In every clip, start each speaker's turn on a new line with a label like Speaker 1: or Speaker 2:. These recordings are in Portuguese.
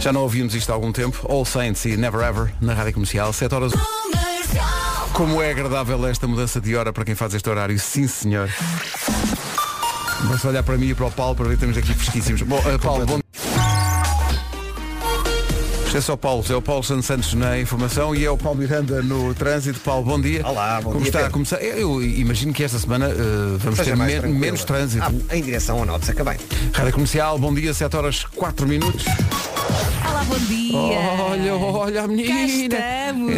Speaker 1: Já não ouvimos isto há algum tempo. All Saints e Never Ever na Rádio Comercial, 7 horas. Como é agradável esta mudança de hora para quem faz este horário, sim senhor. Vamos olhar para mim e para o Paulo para ver que estamos aqui fresquíssimos. Bom, eh, Paulo, bom Isto é só Paulo, é o Paulo Santos Santos na informação e é o Paulo Miranda no trânsito. Paulo, bom dia.
Speaker 2: Olá, bom
Speaker 1: Como
Speaker 2: dia,
Speaker 1: Está a
Speaker 2: Pedro.
Speaker 1: começar? Eu imagino que esta semana eh, vamos
Speaker 2: Seja
Speaker 1: ter
Speaker 2: mais
Speaker 1: men-
Speaker 2: tranquila.
Speaker 1: menos trânsito.
Speaker 2: Ah, em direção ao norte, se acabei.
Speaker 1: Rádio Comercial, bom dia, 7 horas 4 minutos.
Speaker 3: Olá, bom dia.
Speaker 1: Olha, olha a
Speaker 3: Cá
Speaker 1: menina.
Speaker 3: estamos.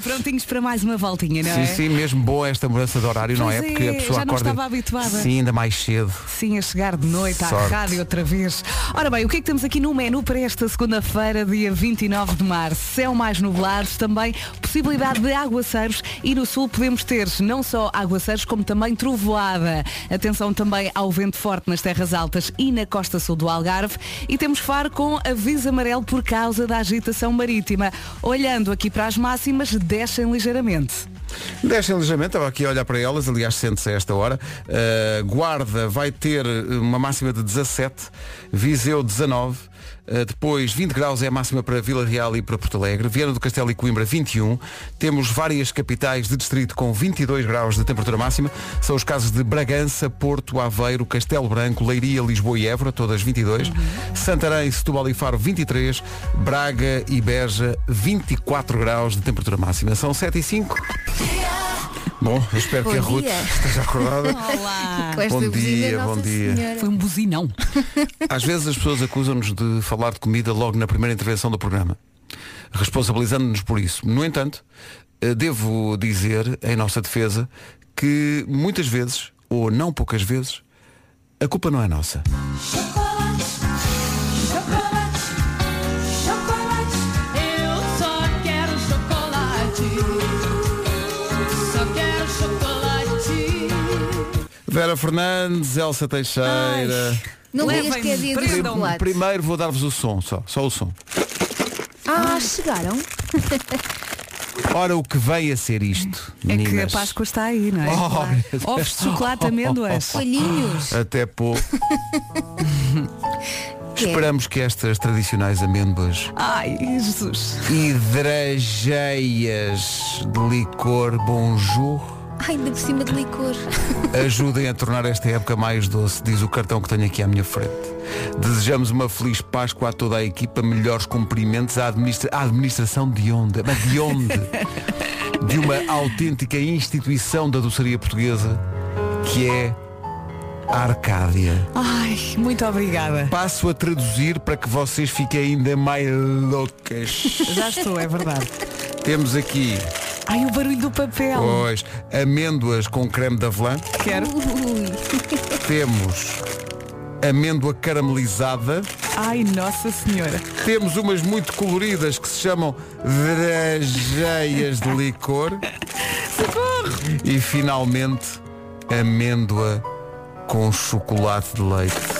Speaker 3: Prontinhos para mais uma voltinha, não
Speaker 1: Sim,
Speaker 3: é?
Speaker 1: sim, mesmo boa esta mudança de horário, não
Speaker 3: Pois
Speaker 1: é?
Speaker 3: é,
Speaker 1: Porque a pessoa
Speaker 3: já não
Speaker 1: acorda.
Speaker 3: estava habituada.
Speaker 1: Sim, ainda mais cedo.
Speaker 3: Sim, a chegar de noite à
Speaker 1: Sorte.
Speaker 3: rádio outra vez. Ora bem, o que é que temos aqui no menu para esta segunda-feira, dia 29 de março? Céu mais nublado, também possibilidade de aguaceiros e no sul podemos ter não só aguaceiros como também trovoada. Atenção também ao vento forte nas terras altas e na costa sul do Algarve. E temos Faro com aviso amarelo por causa da agitação marítima. Olhando aqui para as máximas, descem ligeiramente.
Speaker 1: Descem ligeiramente, estava aqui a olhar para elas, aliás, sente-se a esta hora. Uh, Guarda vai ter uma máxima de 17, Viseu 19, uh, depois 20 graus é a máxima para Vila Real e para Porto Alegre, Viana do Castelo e Coimbra 21, temos várias capitais de distrito com 22 graus de temperatura máxima, são os casos de Bragança, Porto, Aveiro, Castelo Branco, Leiria, Lisboa e Évora, todas 22, Santarém, Setúbal e Faro 23, Braga e Beja 24 graus de temperatura máxima, são 7 e 5. Bom, eu espero que
Speaker 4: Bom
Speaker 1: a Ruth
Speaker 4: dia.
Speaker 1: esteja acordada.
Speaker 3: Olá!
Speaker 4: Com esta
Speaker 1: Bom
Speaker 4: buzina,
Speaker 1: dia,
Speaker 4: Nossa
Speaker 1: bom dia.
Speaker 4: Senhora.
Speaker 3: Foi um buzinão.
Speaker 1: Às vezes as pessoas acusam-nos de falar de comida logo na primeira intervenção do programa, responsabilizando-nos por isso. No entanto, eh, devo dizer, em nossa defesa, que muitas vezes, ou não poucas vezes, a culpa não é nossa.
Speaker 5: Eu só quero chocolate. Só quero chocolate.
Speaker 1: Vera Fernandes, Elsa Teixeira.
Speaker 4: Não
Speaker 3: Levem-me,
Speaker 4: digas que é dia de
Speaker 3: prendam-me
Speaker 4: chocolate.
Speaker 1: Primeiro vou dar-vos o som, só, só o som.
Speaker 4: Ah, chegaram?
Speaker 1: Ora, o que veio a ser isto?
Speaker 3: É que a
Speaker 1: meninas?
Speaker 3: Páscoa está aí, não é?
Speaker 1: Oh,
Speaker 3: Claro.
Speaker 1: meu Deus.
Speaker 3: Ovos de chocolate, amêndoas.
Speaker 4: Olhinhos.
Speaker 1: Até pouco.
Speaker 4: Que é?
Speaker 1: Esperamos que estas tradicionais amêndoas
Speaker 3: Ai, Jesus.
Speaker 1: e drageias de licor bonjour
Speaker 4: Ai, ainda por cima de licor.
Speaker 1: ajudem a tornar esta época mais doce, diz o cartão que tenho aqui à minha frente. Desejamos uma feliz Páscoa a toda a equipa, melhores cumprimentos à, administra- à administração de onda. Mas de onde? De uma autêntica instituição da doçaria portuguesa, que é a Arcádia.
Speaker 3: Ai, muito obrigada.
Speaker 1: Passo a traduzir para que vocês fiquem ainda mais loucas.
Speaker 3: Já estou, é verdade.
Speaker 1: Temos aqui,
Speaker 3: Ai, o barulho do papel.
Speaker 1: pois, amêndoas com creme de avelã.
Speaker 3: Quero.
Speaker 4: Ui.
Speaker 1: Temos amêndoa caramelizada.
Speaker 3: Ai, Nossa Senhora.
Speaker 1: Temos umas muito coloridas que se chamam drageias de licor.
Speaker 3: Socorro!
Speaker 1: E finalmente, amêndoa com chocolate de leite.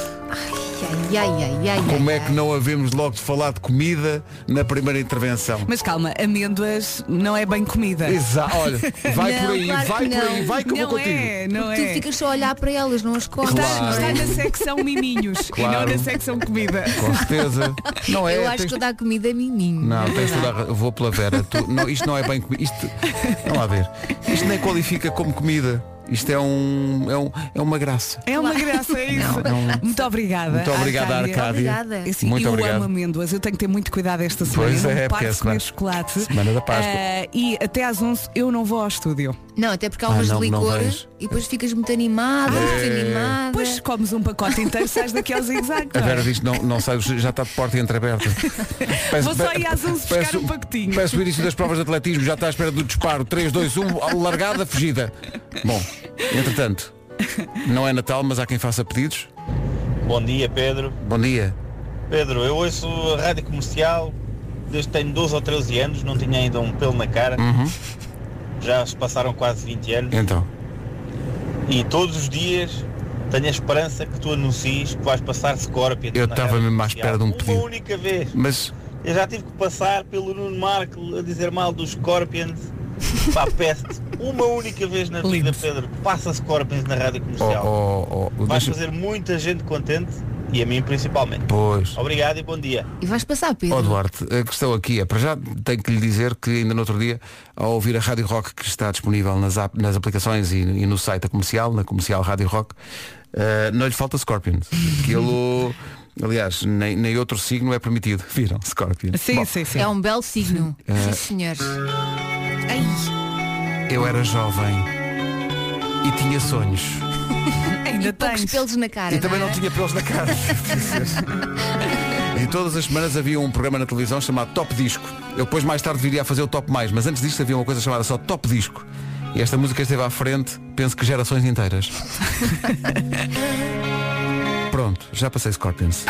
Speaker 4: Ai, ai, ai, ai,
Speaker 1: Como
Speaker 4: ai,
Speaker 1: é que não havemos logo de falar de comida na primeira intervenção?
Speaker 3: Mas calma, amêndoas não é bem comida.
Speaker 1: Exato, olha, vai
Speaker 4: Não,
Speaker 1: por aí,
Speaker 4: claro
Speaker 1: vai
Speaker 4: que
Speaker 1: por
Speaker 4: não.
Speaker 1: aí, vai que eu
Speaker 3: não
Speaker 1: vou contigo.
Speaker 3: é, não
Speaker 4: Tu
Speaker 3: é.
Speaker 4: ficas só a olhar para elas, não as corres.
Speaker 3: Está,
Speaker 1: Claro.
Speaker 3: está na secção miminhos e
Speaker 1: Claro.
Speaker 3: não na secção comida.
Speaker 1: Com certeza. Não é?
Speaker 4: Eu acho
Speaker 1: tens-
Speaker 4: que eu dá comida a miminho. é?
Speaker 1: Não, tens toda a ra- Eu vou pela Vera. Tu- não, isto não é bem comida. Isto. Vamos lá ver. Isto nem qualifica como comida. Isto é um. É, um, é uma graça.
Speaker 3: É uma graça, é isso.
Speaker 1: não.
Speaker 3: Muito obrigada.
Speaker 1: Muito obrigado,
Speaker 3: Arcádia.
Speaker 1: Arcádia.
Speaker 4: Obrigada.
Speaker 3: Assim,
Speaker 1: Muito
Speaker 3: eu
Speaker 1: obrigado.
Speaker 3: amo amêndoas, eu tenho que ter muito cuidado esta semana.
Speaker 1: Pois
Speaker 3: eu não
Speaker 1: é, porque
Speaker 3: paro
Speaker 1: é
Speaker 3: de comer
Speaker 1: semana-
Speaker 3: chocolate.
Speaker 1: Semana da Páscoa.
Speaker 3: Ah, e até às 11 eu não vou ao estúdio.
Speaker 4: Não, até porque há
Speaker 1: Ah,
Speaker 4: umas
Speaker 1: não,
Speaker 4: de
Speaker 1: não
Speaker 4: licor
Speaker 1: vejo.
Speaker 4: e depois ficas muito Ah, animada,
Speaker 1: É.
Speaker 4: desanimada.
Speaker 3: Pois comes um pacote inteiro, sais daqui aos zigzag.
Speaker 1: A Vera diz que não, não sai, do- já está de porta entreaberta. Parece-
Speaker 3: Vou só ir às 11 buscar um pacotinho.
Speaker 1: Parece o início das provas de atletismo, já está à espera do disparo. um, 3, 2, 1, largada, fugida. Bom, entretanto, não é Natal, mas há quem faça pedidos.
Speaker 6: Bom dia, Pedro.
Speaker 1: Bom dia.
Speaker 6: Pedro, eu ouço a rádio comercial desde que tenho 12 ou 13 anos, não tinha ainda um pelo na cara.
Speaker 1: Hum.
Speaker 6: Já se passaram quase 20 anos
Speaker 1: Uhum. Então.
Speaker 6: e todos os dias tenho a esperança que tu anuncies que vais passar Scorpion.
Speaker 1: Eu
Speaker 6: na
Speaker 1: estava
Speaker 6: rádio
Speaker 1: mesmo à
Speaker 6: comercial.
Speaker 1: espera de um
Speaker 6: Uma
Speaker 1: pedido.
Speaker 6: única vez.
Speaker 1: Mas
Speaker 6: Eu já tive que passar pelo Nuno Marco a dizer mal dos Scorpions. Pá, peste. Uma única vez na vida,
Speaker 3: Lindo.
Speaker 6: Pedro, passa Scorpions na rádio
Speaker 1: Oh,
Speaker 6: comercial.
Speaker 1: oh, oh,
Speaker 6: Vais
Speaker 1: deixa-
Speaker 6: fazer muita gente contente e a mim principalmente.
Speaker 1: Pois.
Speaker 6: Obrigado e bom dia.
Speaker 4: E vais passar,
Speaker 1: Ó
Speaker 4: Pedro.
Speaker 1: Duarte, a questão aqui é, para já tenho que lhe dizer que ainda no outro dia, ao ouvir a Rádio Rock que está disponível nas, ap- nas aplicações e, e no site da comercial, na comercial Rádio Rock, eh, não lhe falta Scorpions. Aquilo, aliás, nem, nem outro signo é permitido. Viram? Scorpions.
Speaker 3: Sim,
Speaker 1: Bom,
Speaker 3: sim, sim.
Speaker 4: É um belo signo.
Speaker 1: É.
Speaker 4: Sim, senhores. Ai,
Speaker 1: Eu era jovem e tinha sonhos.
Speaker 3: Ainda
Speaker 4: e poucos
Speaker 3: tens.
Speaker 4: pelos na cara.
Speaker 1: E também
Speaker 4: é?
Speaker 1: não tinha pelos na cara. E todas as semanas havia um programa na televisão chamado Top Disco. Eu depois mais tarde viria a fazer o Top Mais, mas antes disto havia uma coisa chamada só Top Disco. E esta música esteve à frente, penso que gerações inteiras. Pronto, já passei Scorpions.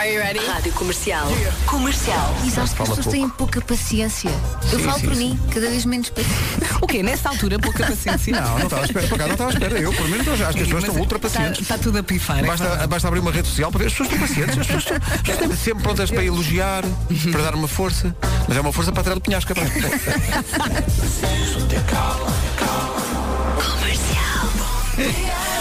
Speaker 2: Rádio Comercial. Comercial.
Speaker 4: E sabes que
Speaker 1: Fala
Speaker 4: as pessoas
Speaker 1: pouco.
Speaker 4: têm pouca paciência. Eu
Speaker 1: Sim,
Speaker 4: falo
Speaker 1: sim,
Speaker 4: por
Speaker 1: sim.
Speaker 4: mim, cada vez menos paciência.
Speaker 3: O quê? Nesta altura, pouca paciência.
Speaker 1: Não, não estava à espera, por acaso não estava à espera. Eu, por mim, não já. Acho que as pessoas estão ultra pacientes.
Speaker 3: Está tudo a pifar. é
Speaker 1: Basta, basta abrir uma rede social para ver as pessoas estão pacientes, as pessoas estão, as pessoas estão sempre prontas para elogiar, para dar uma força. Mas é uma força para tirar do penhasco. pá.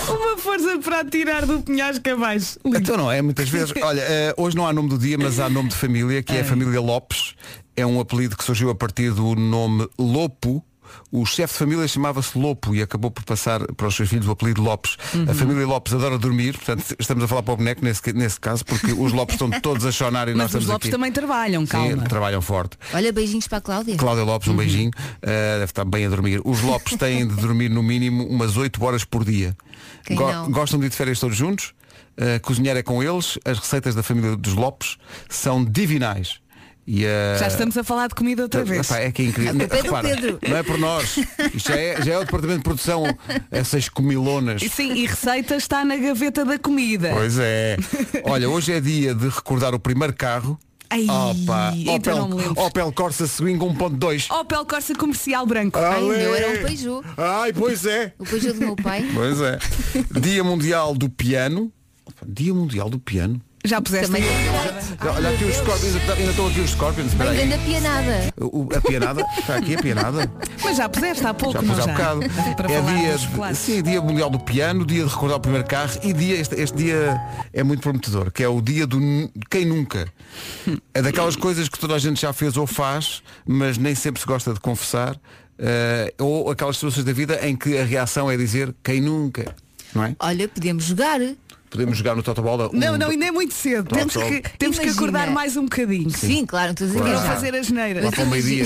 Speaker 3: Uma força para tirar do penhasco abaixo.
Speaker 1: Então não, é muitas vezes. Olha, eh, hoje não há nome do dia, mas há nome de família, que é a família Lopes. É um apelido que surgiu a partir do nome Lopo. O chefe de família chamava-se Lopo e acabou por passar para os seus filhos o apelido Lopes.
Speaker 3: Uhum.
Speaker 1: A família Lopes adora dormir, portanto estamos a falar para o boneco nesse, nesse caso, porque os Lopes estão todos a chonar e nós
Speaker 3: Mas
Speaker 1: estamos
Speaker 3: os Lopes
Speaker 1: aqui.
Speaker 3: também trabalham,
Speaker 1: Sim,
Speaker 3: calma.
Speaker 1: trabalham forte.
Speaker 4: Olha, beijinhos para a Cláudia.
Speaker 1: Cláudia Lopes, um
Speaker 3: Uhum.
Speaker 1: beijinho. Uh, deve estar bem a dormir. Os Lopes têm de dormir no mínimo umas 8 horas por dia.
Speaker 4: Quem não?
Speaker 1: Gostam de ir de férias todos juntos. Uh, cozinhar é com eles. As receitas da família dos Lopes são divinais. E, uh,
Speaker 3: Já estamos a falar de comida outra vez.
Speaker 1: Epá, é que é incrível.
Speaker 4: A culpa é do
Speaker 1: Repara,
Speaker 4: Pedro.
Speaker 1: Não é por nós. Isto já é, já é o departamento de produção. Essas comilonas.
Speaker 3: E sim, e receita está na gaveta da comida.
Speaker 1: Pois é. Olha, hoje é dia de recordar o primeiro carro.
Speaker 3: Ai,
Speaker 1: Opa,
Speaker 3: então não me
Speaker 1: Opel,
Speaker 3: lembro. Oh.
Speaker 1: Opel Corsa Swing 1.2.
Speaker 3: Opel Corsa comercial branco.
Speaker 1: Ah,
Speaker 4: Ai, o meu era
Speaker 1: Ale.
Speaker 4: um Peugeot.
Speaker 1: Ai, pois é.
Speaker 4: O Peugeot do meu pai.
Speaker 1: Pois é. Dia Mundial do Piano. Opa, Dia Mundial do Piano.
Speaker 3: Já puseste
Speaker 4: Também
Speaker 3: aí?
Speaker 1: Olha, olha aqui os Scorpions, ainda estão aqui os Scorpions, espera
Speaker 4: Ainda
Speaker 1: aí.
Speaker 4: da pianada.
Speaker 1: O- a pianada, está aqui a pianada,
Speaker 3: Mas já puseste há pouco,
Speaker 1: já
Speaker 3: não
Speaker 1: pus há
Speaker 3: já?
Speaker 1: bocado.
Speaker 3: Para
Speaker 1: É
Speaker 3: falar
Speaker 1: dia,
Speaker 3: dos
Speaker 1: de-
Speaker 3: chocolates.
Speaker 1: sim, dia mundial do piano, dia de recordar o primeiro carro e dia, este, este dia é muito prometedor, que é o dia do nu- quem nunca. É daquelas coisas que toda a gente já fez ou faz, mas nem sempre se gosta de confessar, eh, ou aquelas situações da vida em que a reação é dizer quem nunca, não é?
Speaker 4: Olha, podemos jogar.
Speaker 1: Podemos jogar no Totobola. um-
Speaker 3: Não, não, ainda é muito cedo. Temos
Speaker 1: Top,
Speaker 3: que,
Speaker 1: top.
Speaker 3: temos que
Speaker 4: Imagina.
Speaker 3: acordar mais um bocadinho.
Speaker 4: Sim, claro, estou a dizer
Speaker 1: Claro.
Speaker 3: Para não
Speaker 4: que já.
Speaker 3: fazer as neiras.
Speaker 1: Lá para o meio-dia.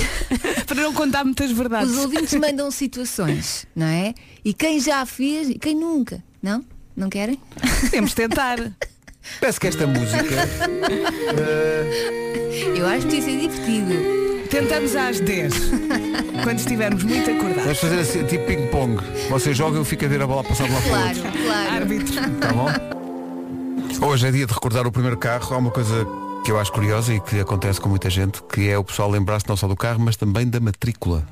Speaker 3: para não contar muitas verdades.
Speaker 4: Os ouvintes mandam situações, não é? E quem já fez e quem nunca, não? Não querem?
Speaker 3: Temos de tentar.
Speaker 1: Parece que esta música. eh,
Speaker 4: Eu acho que isso é divertido.
Speaker 3: Tentamos às 10. Quando estivermos muito acordados.
Speaker 1: Vamos fazer assim, tipo ping-pong. Você joga e eu fico a ver a bola passar de lá para o
Speaker 4: Claro,
Speaker 1: outro.
Speaker 4: claro.
Speaker 3: Árbitro.
Speaker 1: Tá bom? Hoje é dia de recordar o primeiro carro. Há uma coisa que eu acho curiosa e que acontece com muita gente, que é o pessoal lembrar-se não só do carro, mas também da matrícula.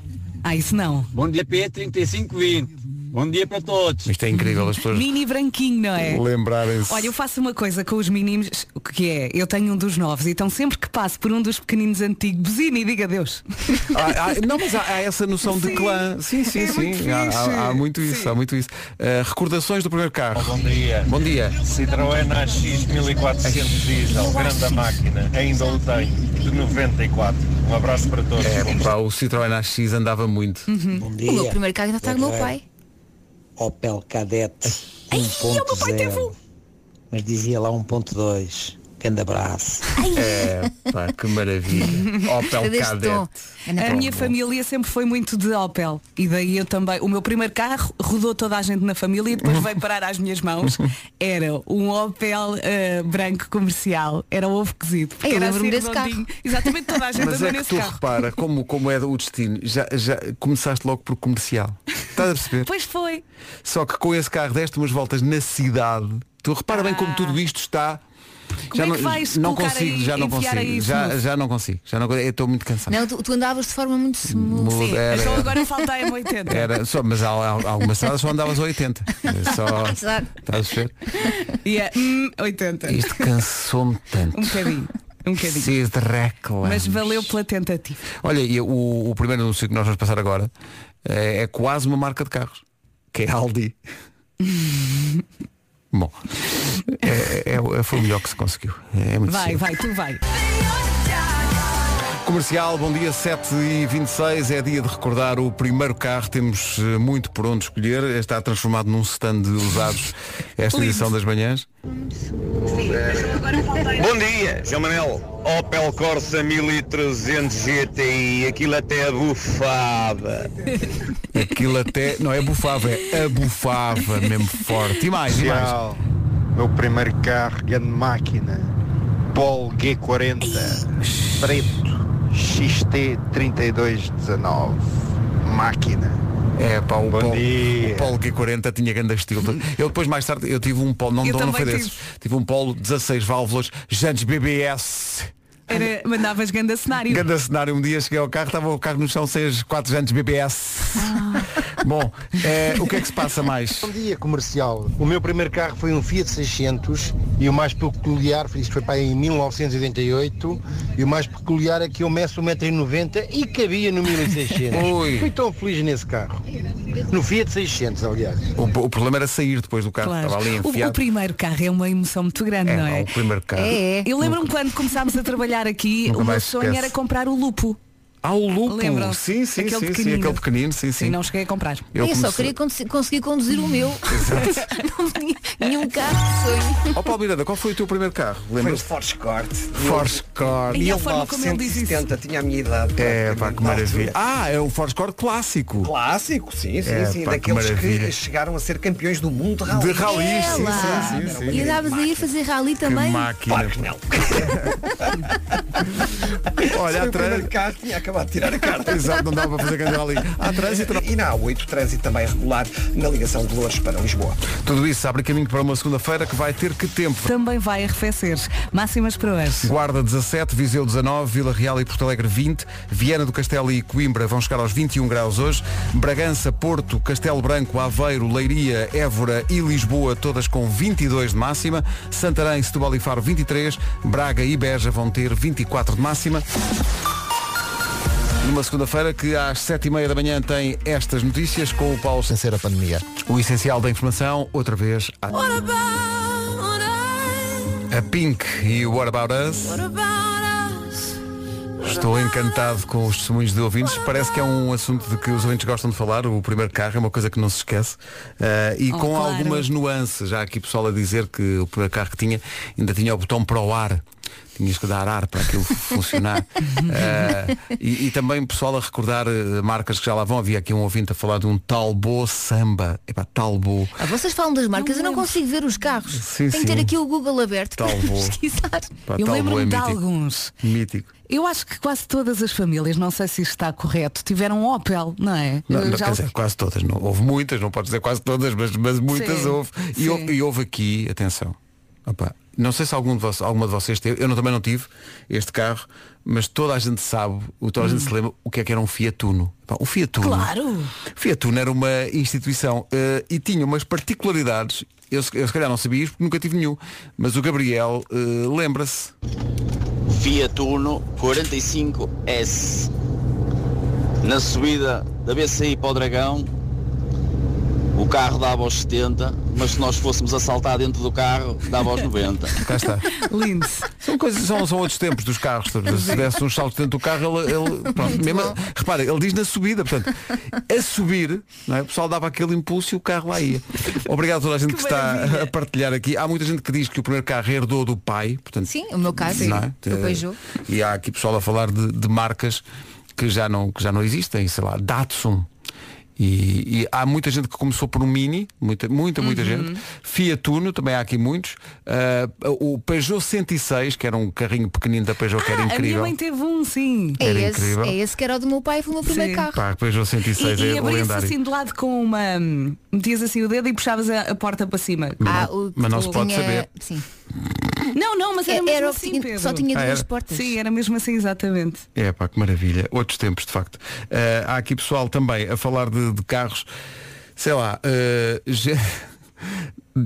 Speaker 3: Ah, isso não.
Speaker 7: Bom dia, P3520. Bom dia para todos.
Speaker 1: Isto é incrível, as pessoas
Speaker 3: Mini branquinho, não é?
Speaker 1: lembrarem-se.
Speaker 3: Olha, eu faço uma coisa com os meninos, o que é, eu tenho um dos novos, então sempre que passo por um dos pequeninos antigos, buzina e diga adeus.
Speaker 1: Ah, ah, não, mas há, há essa noção de
Speaker 3: Sim.
Speaker 1: clã. Sim, sim,
Speaker 3: É
Speaker 1: sim.
Speaker 3: muito
Speaker 1: há,
Speaker 3: fixe.
Speaker 1: há- há muito isso,
Speaker 3: Sim.
Speaker 1: há muito isso. Ah, recordações do primeiro carro.
Speaker 6: Bom dia.
Speaker 1: Bom dia.
Speaker 6: Citroën AX 1400 diesel, grande máquina, ainda o tenho, de 94. Um abraço para todos.
Speaker 1: É, Pá, o Citroën AX andava muito.
Speaker 3: Hum. Uhum.
Speaker 8: Bom
Speaker 4: O meu
Speaker 8: dia.
Speaker 4: primeiro carro ainda está
Speaker 2: é
Speaker 4: com o meu pai.
Speaker 8: Opel Cadete 1.0. Mas é dizia lá 1.2. Grande abraço.
Speaker 1: É, pá, que maravilha.
Speaker 4: É
Speaker 1: Opel
Speaker 4: deste tom.
Speaker 1: Cadete.
Speaker 4: Ana
Speaker 3: A
Speaker 4: Paula.
Speaker 3: minha família sempre foi muito de Opel e daí eu também, o meu primeiro carro rodou toda a gente na família e depois veio parar às minhas mãos, era um Opel eh, branco comercial, era um ovo cozido. porque
Speaker 4: Eu
Speaker 3: era assim
Speaker 4: lembro-me desse
Speaker 3: redondinho. Exatamente, toda a gente
Speaker 1: Mas
Speaker 3: andou
Speaker 1: é que
Speaker 3: nesse
Speaker 1: tu
Speaker 3: carro.
Speaker 1: repara como, como é o destino. Já, já começaste logo por comercial. Estás a perceber?
Speaker 3: Pois foi.
Speaker 1: Só que com esse carro deste umas voltas na cidade. Tu repara bem como tudo isto está.
Speaker 3: Ah. Como é que vais
Speaker 1: não
Speaker 3: colocar
Speaker 1: consigo,
Speaker 3: aí,
Speaker 1: já não
Speaker 3: enfiar
Speaker 1: consigo.
Speaker 3: aí
Speaker 1: já,
Speaker 3: smooth?
Speaker 1: já não consigo. Já não consigo. Eu estou muito cansado.
Speaker 4: Não, tu, tu andavas de forma muito smooth.
Speaker 1: Muda,
Speaker 3: Sim,
Speaker 1: era-
Speaker 3: então agora falta a M80.
Speaker 1: Era só, mas há, há algumas estradas só andavas a 80. É Só,
Speaker 4: Exato.
Speaker 1: estás a ver?
Speaker 3: E é, hum, 80.
Speaker 1: Isto cansou-me tanto.
Speaker 3: Um bocadinho. Um bocadinho.
Speaker 1: Preciso de reclamos.
Speaker 3: Mas valeu pela tentativa.
Speaker 1: Olha, e o, o primeiro anúncio que nós vamos passar agora eh, é, quase uma marca de carros, que é Aldi. Bom, é, é- é- foi o melhor que se conseguiu. É muito
Speaker 3: Vai,
Speaker 1: cedo.
Speaker 3: vai, tu vai.
Speaker 1: Comercial, bom dia, 7 e 26 é dia de recordar o primeiro carro, temos eh, muito por onde escolher, está transformado num stand de usados esta edição das manhãs.
Speaker 9: Bom dia, João Manel. Opel Corsa 1300 GTI, aquilo até
Speaker 6: é
Speaker 9: abufava.
Speaker 1: Aquilo até, não é bufava, é abufava mesmo forte. E mais, e mais.
Speaker 10: Comercial, meu primeiro carro, grande máquina, Polo G40, preto, XT3219, máquina.
Speaker 1: É pá, o
Speaker 10: Bom
Speaker 1: Polo,
Speaker 10: dia.
Speaker 1: o Polo Q40 tinha grande estilo. Eu depois mais tarde, eu tive um Polo, não,
Speaker 3: Eu
Speaker 1: não foi
Speaker 3: também
Speaker 1: desses,
Speaker 3: tive.
Speaker 1: tive um Polo 16 válvulas, Jantes BBS.
Speaker 3: Era, mandavas ganda cenário.
Speaker 1: Ganda cenário, um dia cheguei ao carro, estava o carro no chão 6, 4 jantes BBS.
Speaker 3: Ah.
Speaker 1: Bom, eh, o que é que se passa mais?
Speaker 10: Bom dia, comercial. O meu primeiro carro foi um Fiat 600 e o mais peculiar, foi isto foi para aí em 1988, e o mais peculiar é que eu meço 1,90m e cabia no 1600.
Speaker 1: Ui.
Speaker 10: Fui tão feliz nesse carro. No Fiat 600, aliás.
Speaker 1: O, o problema era sair depois do carro,
Speaker 3: Claro.
Speaker 1: estava ali
Speaker 3: O, o
Speaker 1: enfiado.
Speaker 3: primeiro carro é uma emoção muito grande,
Speaker 1: é,
Speaker 3: não
Speaker 1: não,
Speaker 3: é?
Speaker 1: o primeiro carro.
Speaker 4: É, é.
Speaker 3: Eu lembro-me quando começámos a trabalhar aqui,
Speaker 1: Nunca
Speaker 3: o meu
Speaker 1: mais
Speaker 3: sonho
Speaker 1: esquece.
Speaker 3: era comprar o Lupo.
Speaker 1: Ah, o lupo,
Speaker 3: Lembram-se?
Speaker 1: sim, sim,
Speaker 3: Aquele
Speaker 1: sim, sim,
Speaker 3: pequenino.
Speaker 1: aquele pequenino, sim, sim.
Speaker 3: E não cheguei a comprar.
Speaker 4: Eu,
Speaker 1: comecei-
Speaker 4: só queria conduzi- conseguir conduzir o meu. não tinha nenhum carro de sonho.
Speaker 1: Ó Oh, Paulo Miranda, qual foi o teu primeiro carro?
Speaker 11: Foi o
Speaker 1: Lembras-te?
Speaker 11: Force Corte.
Speaker 1: Force Core.
Speaker 3: E a forma como ele diz isso.
Speaker 11: 1970, tinha a minha idade.
Speaker 1: É, pá,
Speaker 11: praticamente,
Speaker 1: que
Speaker 11: na
Speaker 1: maravilha.
Speaker 11: altura.
Speaker 1: Ah, é o Force Core clássico.
Speaker 11: Clássico, sim, sim,
Speaker 1: É,
Speaker 11: sim.
Speaker 1: pá, que
Speaker 11: daqueles que,
Speaker 1: maravilha.
Speaker 11: chegaram a ser campeões do mundo de rally.
Speaker 1: De rally, sim,
Speaker 4: Ela.
Speaker 1: sim, sim, sim.
Speaker 4: E andavas a ir fazer rally também?
Speaker 1: Máquina.
Speaker 11: Claro que não.
Speaker 1: Olha,
Speaker 11: Olha,
Speaker 1: há
Speaker 11: o primeiro
Speaker 1: trânsito.
Speaker 11: carro tinha acabado de tirar a carta.
Speaker 1: Exato, não dava para fazer grande ali. Há trânsito, não.
Speaker 11: E na A8, trânsito também regular na ligação de Loures para Lisboa.
Speaker 1: Tudo isso abre caminho para uma segunda-feira que vai ter que tempo.
Speaker 3: Também vai arrefecer. Máximas para hoje.
Speaker 1: Guarda 17, Viseu 19, Vila Real e Porto Alegre 20, Viana do Castelo e Coimbra vão chegar aos 21 graus hoje, Bragança, Porto, Castelo Branco, Aveiro, Leiria, Évora e Lisboa todas com 22 de máxima, Santarém, Setúbal e Faro 23, Braga e Beja vão ter 24 de máxima. Numa segunda-feira que às 7h30 da manhã tem estas notícias com o Paulo Sem a pandemia. O essencial da informação, outra vez, à- a Pink e o What About Us. Estou encantado com os testemunhos de ouvintes. Parece que é um assunto de que os ouvintes gostam de falar. O primeiro carro é uma coisa que não se esquece. Ah, e
Speaker 3: Oh,
Speaker 1: com
Speaker 3: claro.
Speaker 1: algumas nuances. Já há aqui pessoal a dizer que o primeiro carro que tinha ainda tinha o botão para o ar. Tinhas que dar ar para aquilo funcionar. Ah, e, e também pessoal a recordar eh, marcas que já lá vão. Havia aqui um ouvinte a falar de um Talbo Samba. Epá, Talbo.
Speaker 4: Ah, vocês falam das
Speaker 3: Não
Speaker 4: marcas, eu não
Speaker 3: lembro.
Speaker 4: consigo ver os carros.
Speaker 1: Sim,
Speaker 4: Tenho que
Speaker 1: sim.
Speaker 4: ter aqui o Google aberto para
Speaker 1: Tal voo.
Speaker 4: pesquisar.
Speaker 1: Pá,
Speaker 3: Eu
Speaker 1: Talbo
Speaker 3: lembro-me
Speaker 1: é
Speaker 3: de
Speaker 1: mítico.
Speaker 3: alguns.
Speaker 1: Mítico.
Speaker 3: Eu acho que quase todas as famílias, não sei se isto está correto, tiveram Opel, não é?
Speaker 1: Não,
Speaker 3: Eu
Speaker 1: não,
Speaker 3: já
Speaker 1: quer dizer, quase todas, não. houve muitas, não podes dizer quase todas, mas, mas muitas
Speaker 3: Sim,
Speaker 1: houve. E,
Speaker 3: sim.
Speaker 1: houve. e houve aqui, atenção, Opa, não sei se algum de vocês, alguma de vocês teve, eu não, também não tive este carro, mas toda a gente sabe, o- toda a gente se lembra o que é que era um Fiat Uno. Epá, o Fiat Uno.
Speaker 3: Hum. Claro.
Speaker 1: Fiat Uno era uma instituição eh, e tinha umas particularidades, eu, se- eu se calhar não sabia isto porque nunca tive nenhum, mas o Gabriel eh, lembra-se.
Speaker 9: Fiat Uno 45S. Na subida da BCI para o Dragão, o carro dava aos 70, mas se nós fôssemos assaltar dentro do carro, dava aos 90.
Speaker 1: Cá está.
Speaker 3: Lindo.
Speaker 1: São coisas, são, são outros tempos dos carros. Se desse um salto dentro do carro, ele, ele- pronto, mesmo, repara, ele diz na subida, portanto, a subir, não é? o pessoal dava aquele impulso e o carro lá ia. Obrigado a toda a gente que, está a partilhar aqui. Há muita gente que diz que o primeiro carro herdou do pai, portanto,
Speaker 4: Sim, o meu caso.
Speaker 1: não é?
Speaker 4: O Peugeot.
Speaker 1: E há aqui pessoal a falar de, de marcas que já, não, que já não existem, sei lá, Datsun. E, e há muita gente que começou por um Mini, muita, muita,
Speaker 3: Uhum.
Speaker 1: muita gente. Fiat Uno, também há aqui muitos. Ah, o Peugeot 106, que era um carrinho pequenino da Peugeot, que era
Speaker 3: Ah, a minha
Speaker 1: incrível.
Speaker 3: mãe teve um, sim.
Speaker 4: É
Speaker 1: Era
Speaker 4: esse,
Speaker 1: incrível.
Speaker 4: é esse que era o do meu pai, foi o meu primeiro
Speaker 3: Sim.
Speaker 4: carro.
Speaker 1: Pá, Peugeot 106
Speaker 3: E,
Speaker 1: é
Speaker 3: e abrias
Speaker 1: lendário.
Speaker 3: assim de lado com uma. Metias assim o dedo e puxavas a, a porta para cima.
Speaker 4: Ah, o
Speaker 1: Mas não
Speaker 4: o-
Speaker 1: se pode
Speaker 4: tinha-
Speaker 1: saber.
Speaker 4: Sim. É,
Speaker 3: Não, não, mas era,
Speaker 4: Era,
Speaker 3: mesmo
Speaker 4: o que
Speaker 3: assim,
Speaker 4: tinha-
Speaker 3: Pedro.
Speaker 4: só tinha
Speaker 1: Ah,
Speaker 4: duas
Speaker 1: era?
Speaker 4: portas.
Speaker 3: Sim, era mesmo assim, exatamente.
Speaker 1: É pá, que maravilha. Outros tempos, de facto. Eh, há aqui pessoal também a falar de, de carros, sei lá, eh, ge-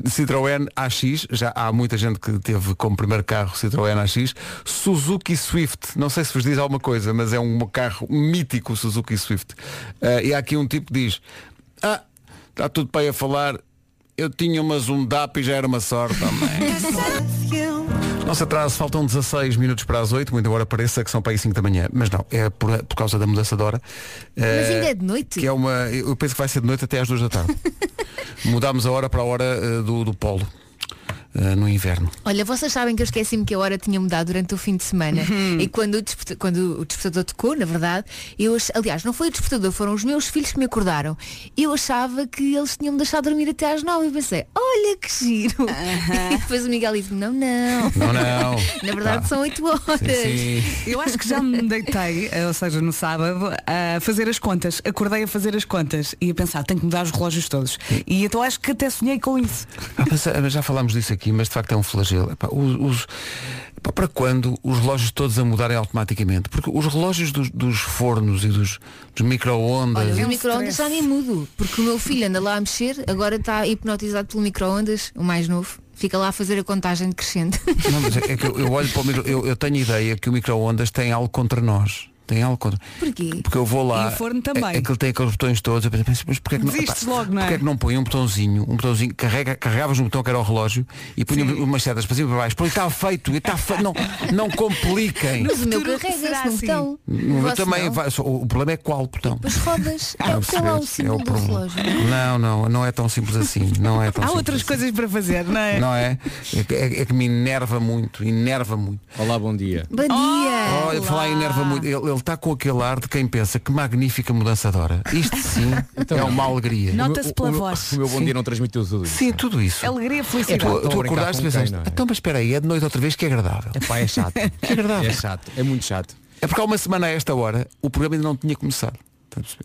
Speaker 1: Citroën AX, já há muita gente que teve como primeiro carro Citroën AX, Suzuki Swift, não sei se vos diz alguma coisa, mas é um carro mítico o Suzuki Swift. Eh, e há aqui um tipo que diz, ah, está tudo bem a falar, Eu tinha umas um DAP e já era uma sorte também. Nosso atraso, faltam 16 minutos para as 8, muito embora pareça que são para aí 5 da manhã. Mas não, é por, por causa da mudança de hora.
Speaker 4: Mas
Speaker 1: Eh,
Speaker 4: ainda é de noite?
Speaker 1: Que é uma, eu penso que vai ser de noite até às 2 da tarde. Mudámos a hora para a hora eh, do, do polo, eh, no inverno.
Speaker 4: Olha, vocês sabem que eu esqueci-me que a hora tinha mudado durante o fim de semana.
Speaker 3: Uhum.
Speaker 4: E quando o, desperta- quando o despertador tocou, na verdade, eu ach... aliás, não foi o despertador, foram os meus filhos que me acordaram. Eu achava que eles tinham me deixado dormir até às nove. Eu pensei, olha que giro. E depois o Miguel disse, não, não.
Speaker 1: Não, não.
Speaker 4: na verdade
Speaker 1: Tá.
Speaker 4: são oito horas.
Speaker 1: Sim, sim.
Speaker 3: Eu acho que já me deitei, eh, ou seja, no sábado, a fazer as contas. Acordei a fazer as contas e a pensar, tenho que mudar os relógios todos. E então acho que até sonhei com isso.
Speaker 1: Ah, mas, ah, mas já falámos disso aqui, mas de facto é um flagelo. Epá, os- os- epá, para quando os relógios todos a mudarem automaticamente? Porque os relógios dos, dos fornos e dos, dos micro-ondas.
Speaker 3: É um
Speaker 4: Olha, o micro-ondas já nem mudo, porque o meu filho anda lá a mexer, agora está hipnotizado pelo micro-ondas, o mais novo, fica lá a fazer a contagem decrescente.
Speaker 1: Não, mas é que eu, eu olho para o micro, eu, eu tenho ideia que o micro-ondas tem algo contra nós. Tem algo contra.
Speaker 4: Porquê?
Speaker 1: Porque eu vou lá.
Speaker 4: E o forno também.
Speaker 1: É, é que ele tem aqueles botões todos. Eu penso, mas porquê é que não,
Speaker 4: Desistes logo, não é?
Speaker 1: porquê é que não põe um botãozinho, um botãozinho, carrega, carregavas um botão que era o relógio e punha umas setas para cima e para baixo. Pronto, está feito, e está feito. Não, não compliquem.
Speaker 4: Mas o meu
Speaker 3: futuro
Speaker 4: carrega-se
Speaker 3: será
Speaker 4: no
Speaker 3: assim.
Speaker 4: botão. O
Speaker 1: Eu
Speaker 4: vosso
Speaker 1: também
Speaker 4: não.
Speaker 1: vai- só- o problema é qual botão.
Speaker 4: As rodas, é
Speaker 1: Ah,
Speaker 4: o que tem lá o
Speaker 1: percebes? É
Speaker 4: símbolo do
Speaker 1: problema.
Speaker 4: relógio.
Speaker 1: Não, não, não é tão simples assim. Não é tão
Speaker 3: Há
Speaker 1: simples.
Speaker 3: outras coisas para fazer, não é?
Speaker 1: Não é? É, que- é que me enerva muito, enerva muito. Olá, bom dia.
Speaker 4: Bom dia!
Speaker 1: Olha, Oh, falar em enerva muito. Ele está com aquele ar de quem pensa que magnífica mudança de hora. Isto sim é uma alegria.
Speaker 3: Nota-se pela voz.
Speaker 12: Então O meu bom
Speaker 1: Sim.
Speaker 12: dia não transmitiu tudo isso.
Speaker 1: Sim, tudo isso.
Speaker 3: Alegria,
Speaker 1: E
Speaker 3: felicidade.
Speaker 1: tu,
Speaker 12: Estão a
Speaker 1: tu
Speaker 12: brincar
Speaker 1: acordaste e
Speaker 12: com quem,
Speaker 1: pensaste,
Speaker 12: não é?
Speaker 1: então mas espera aí, é de noite outra vez que é agradável.
Speaker 12: Epá, é chato.
Speaker 1: Que agradável.
Speaker 12: É chato, é muito chato.
Speaker 1: É porque há uma semana a esta hora o programa ainda não tinha começado.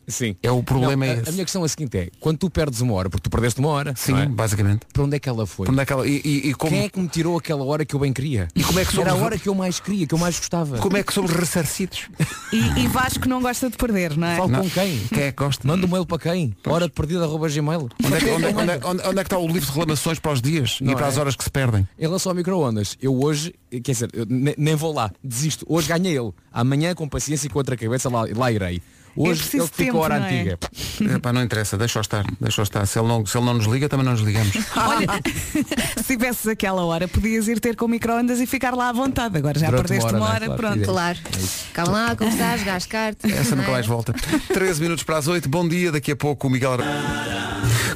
Speaker 12: Sim.
Speaker 1: É o problema
Speaker 12: Não,
Speaker 1: é
Speaker 12: a-
Speaker 1: esse.
Speaker 12: A minha questão é a seguinte é, quando tu perdes uma hora, porque tu perdeste uma hora.
Speaker 1: Sim,
Speaker 12: não é?
Speaker 1: basicamente.
Speaker 12: Para onde é que ela foi?
Speaker 1: Para onde é que ela- e- e- e como-
Speaker 12: Quem é que me tirou aquela hora que eu bem queria?
Speaker 1: E como é que somos-
Speaker 12: Era a hora que eu mais queria, que eu mais gostava.
Speaker 1: Como é que somos ressarcidos?
Speaker 3: E, e Vasco não gosta de perder, não é?
Speaker 12: Falo com quem?
Speaker 1: Quem é que gosta?
Speaker 12: Manda um mail para quem? Hora perdida arroba gmail.
Speaker 1: Onde é, que- onde é- onde é- onde é que está o livro de reclamações para os dias e
Speaker 12: Não
Speaker 1: para
Speaker 12: é?
Speaker 1: as horas que se perdem?
Speaker 12: Em relação ao micro-ondas, eu hoje, quer dizer, eu ne- nem vou lá, desisto. Hoje ganhei ele. Amanhã, com paciência e com outra cabeça, lá, lá irei. Hoje
Speaker 1: É preciso
Speaker 12: ele ficou
Speaker 1: tempo,
Speaker 12: a hora
Speaker 1: não é?
Speaker 12: antiga.
Speaker 1: Epá, não interessa, deixa-o estar, deixa estar. Se ele, não, se ele não nos liga, também não nos ligamos.
Speaker 3: Olha, se tivesses aquela hora, podias ir ter com o micro-ondas e ficar lá à vontade. Agora já
Speaker 1: Durante
Speaker 3: perdeste
Speaker 1: uma
Speaker 12: né?
Speaker 3: uma
Speaker 1: hora,
Speaker 3: hora,
Speaker 1: não é? Claro,
Speaker 3: pronto.
Speaker 1: Claro.
Speaker 4: Calma lá, como estás, gás cartas.
Speaker 1: Essa nunca mais volta. 13 minutos para as 8, bom dia, daqui a pouco o Miguel Ara-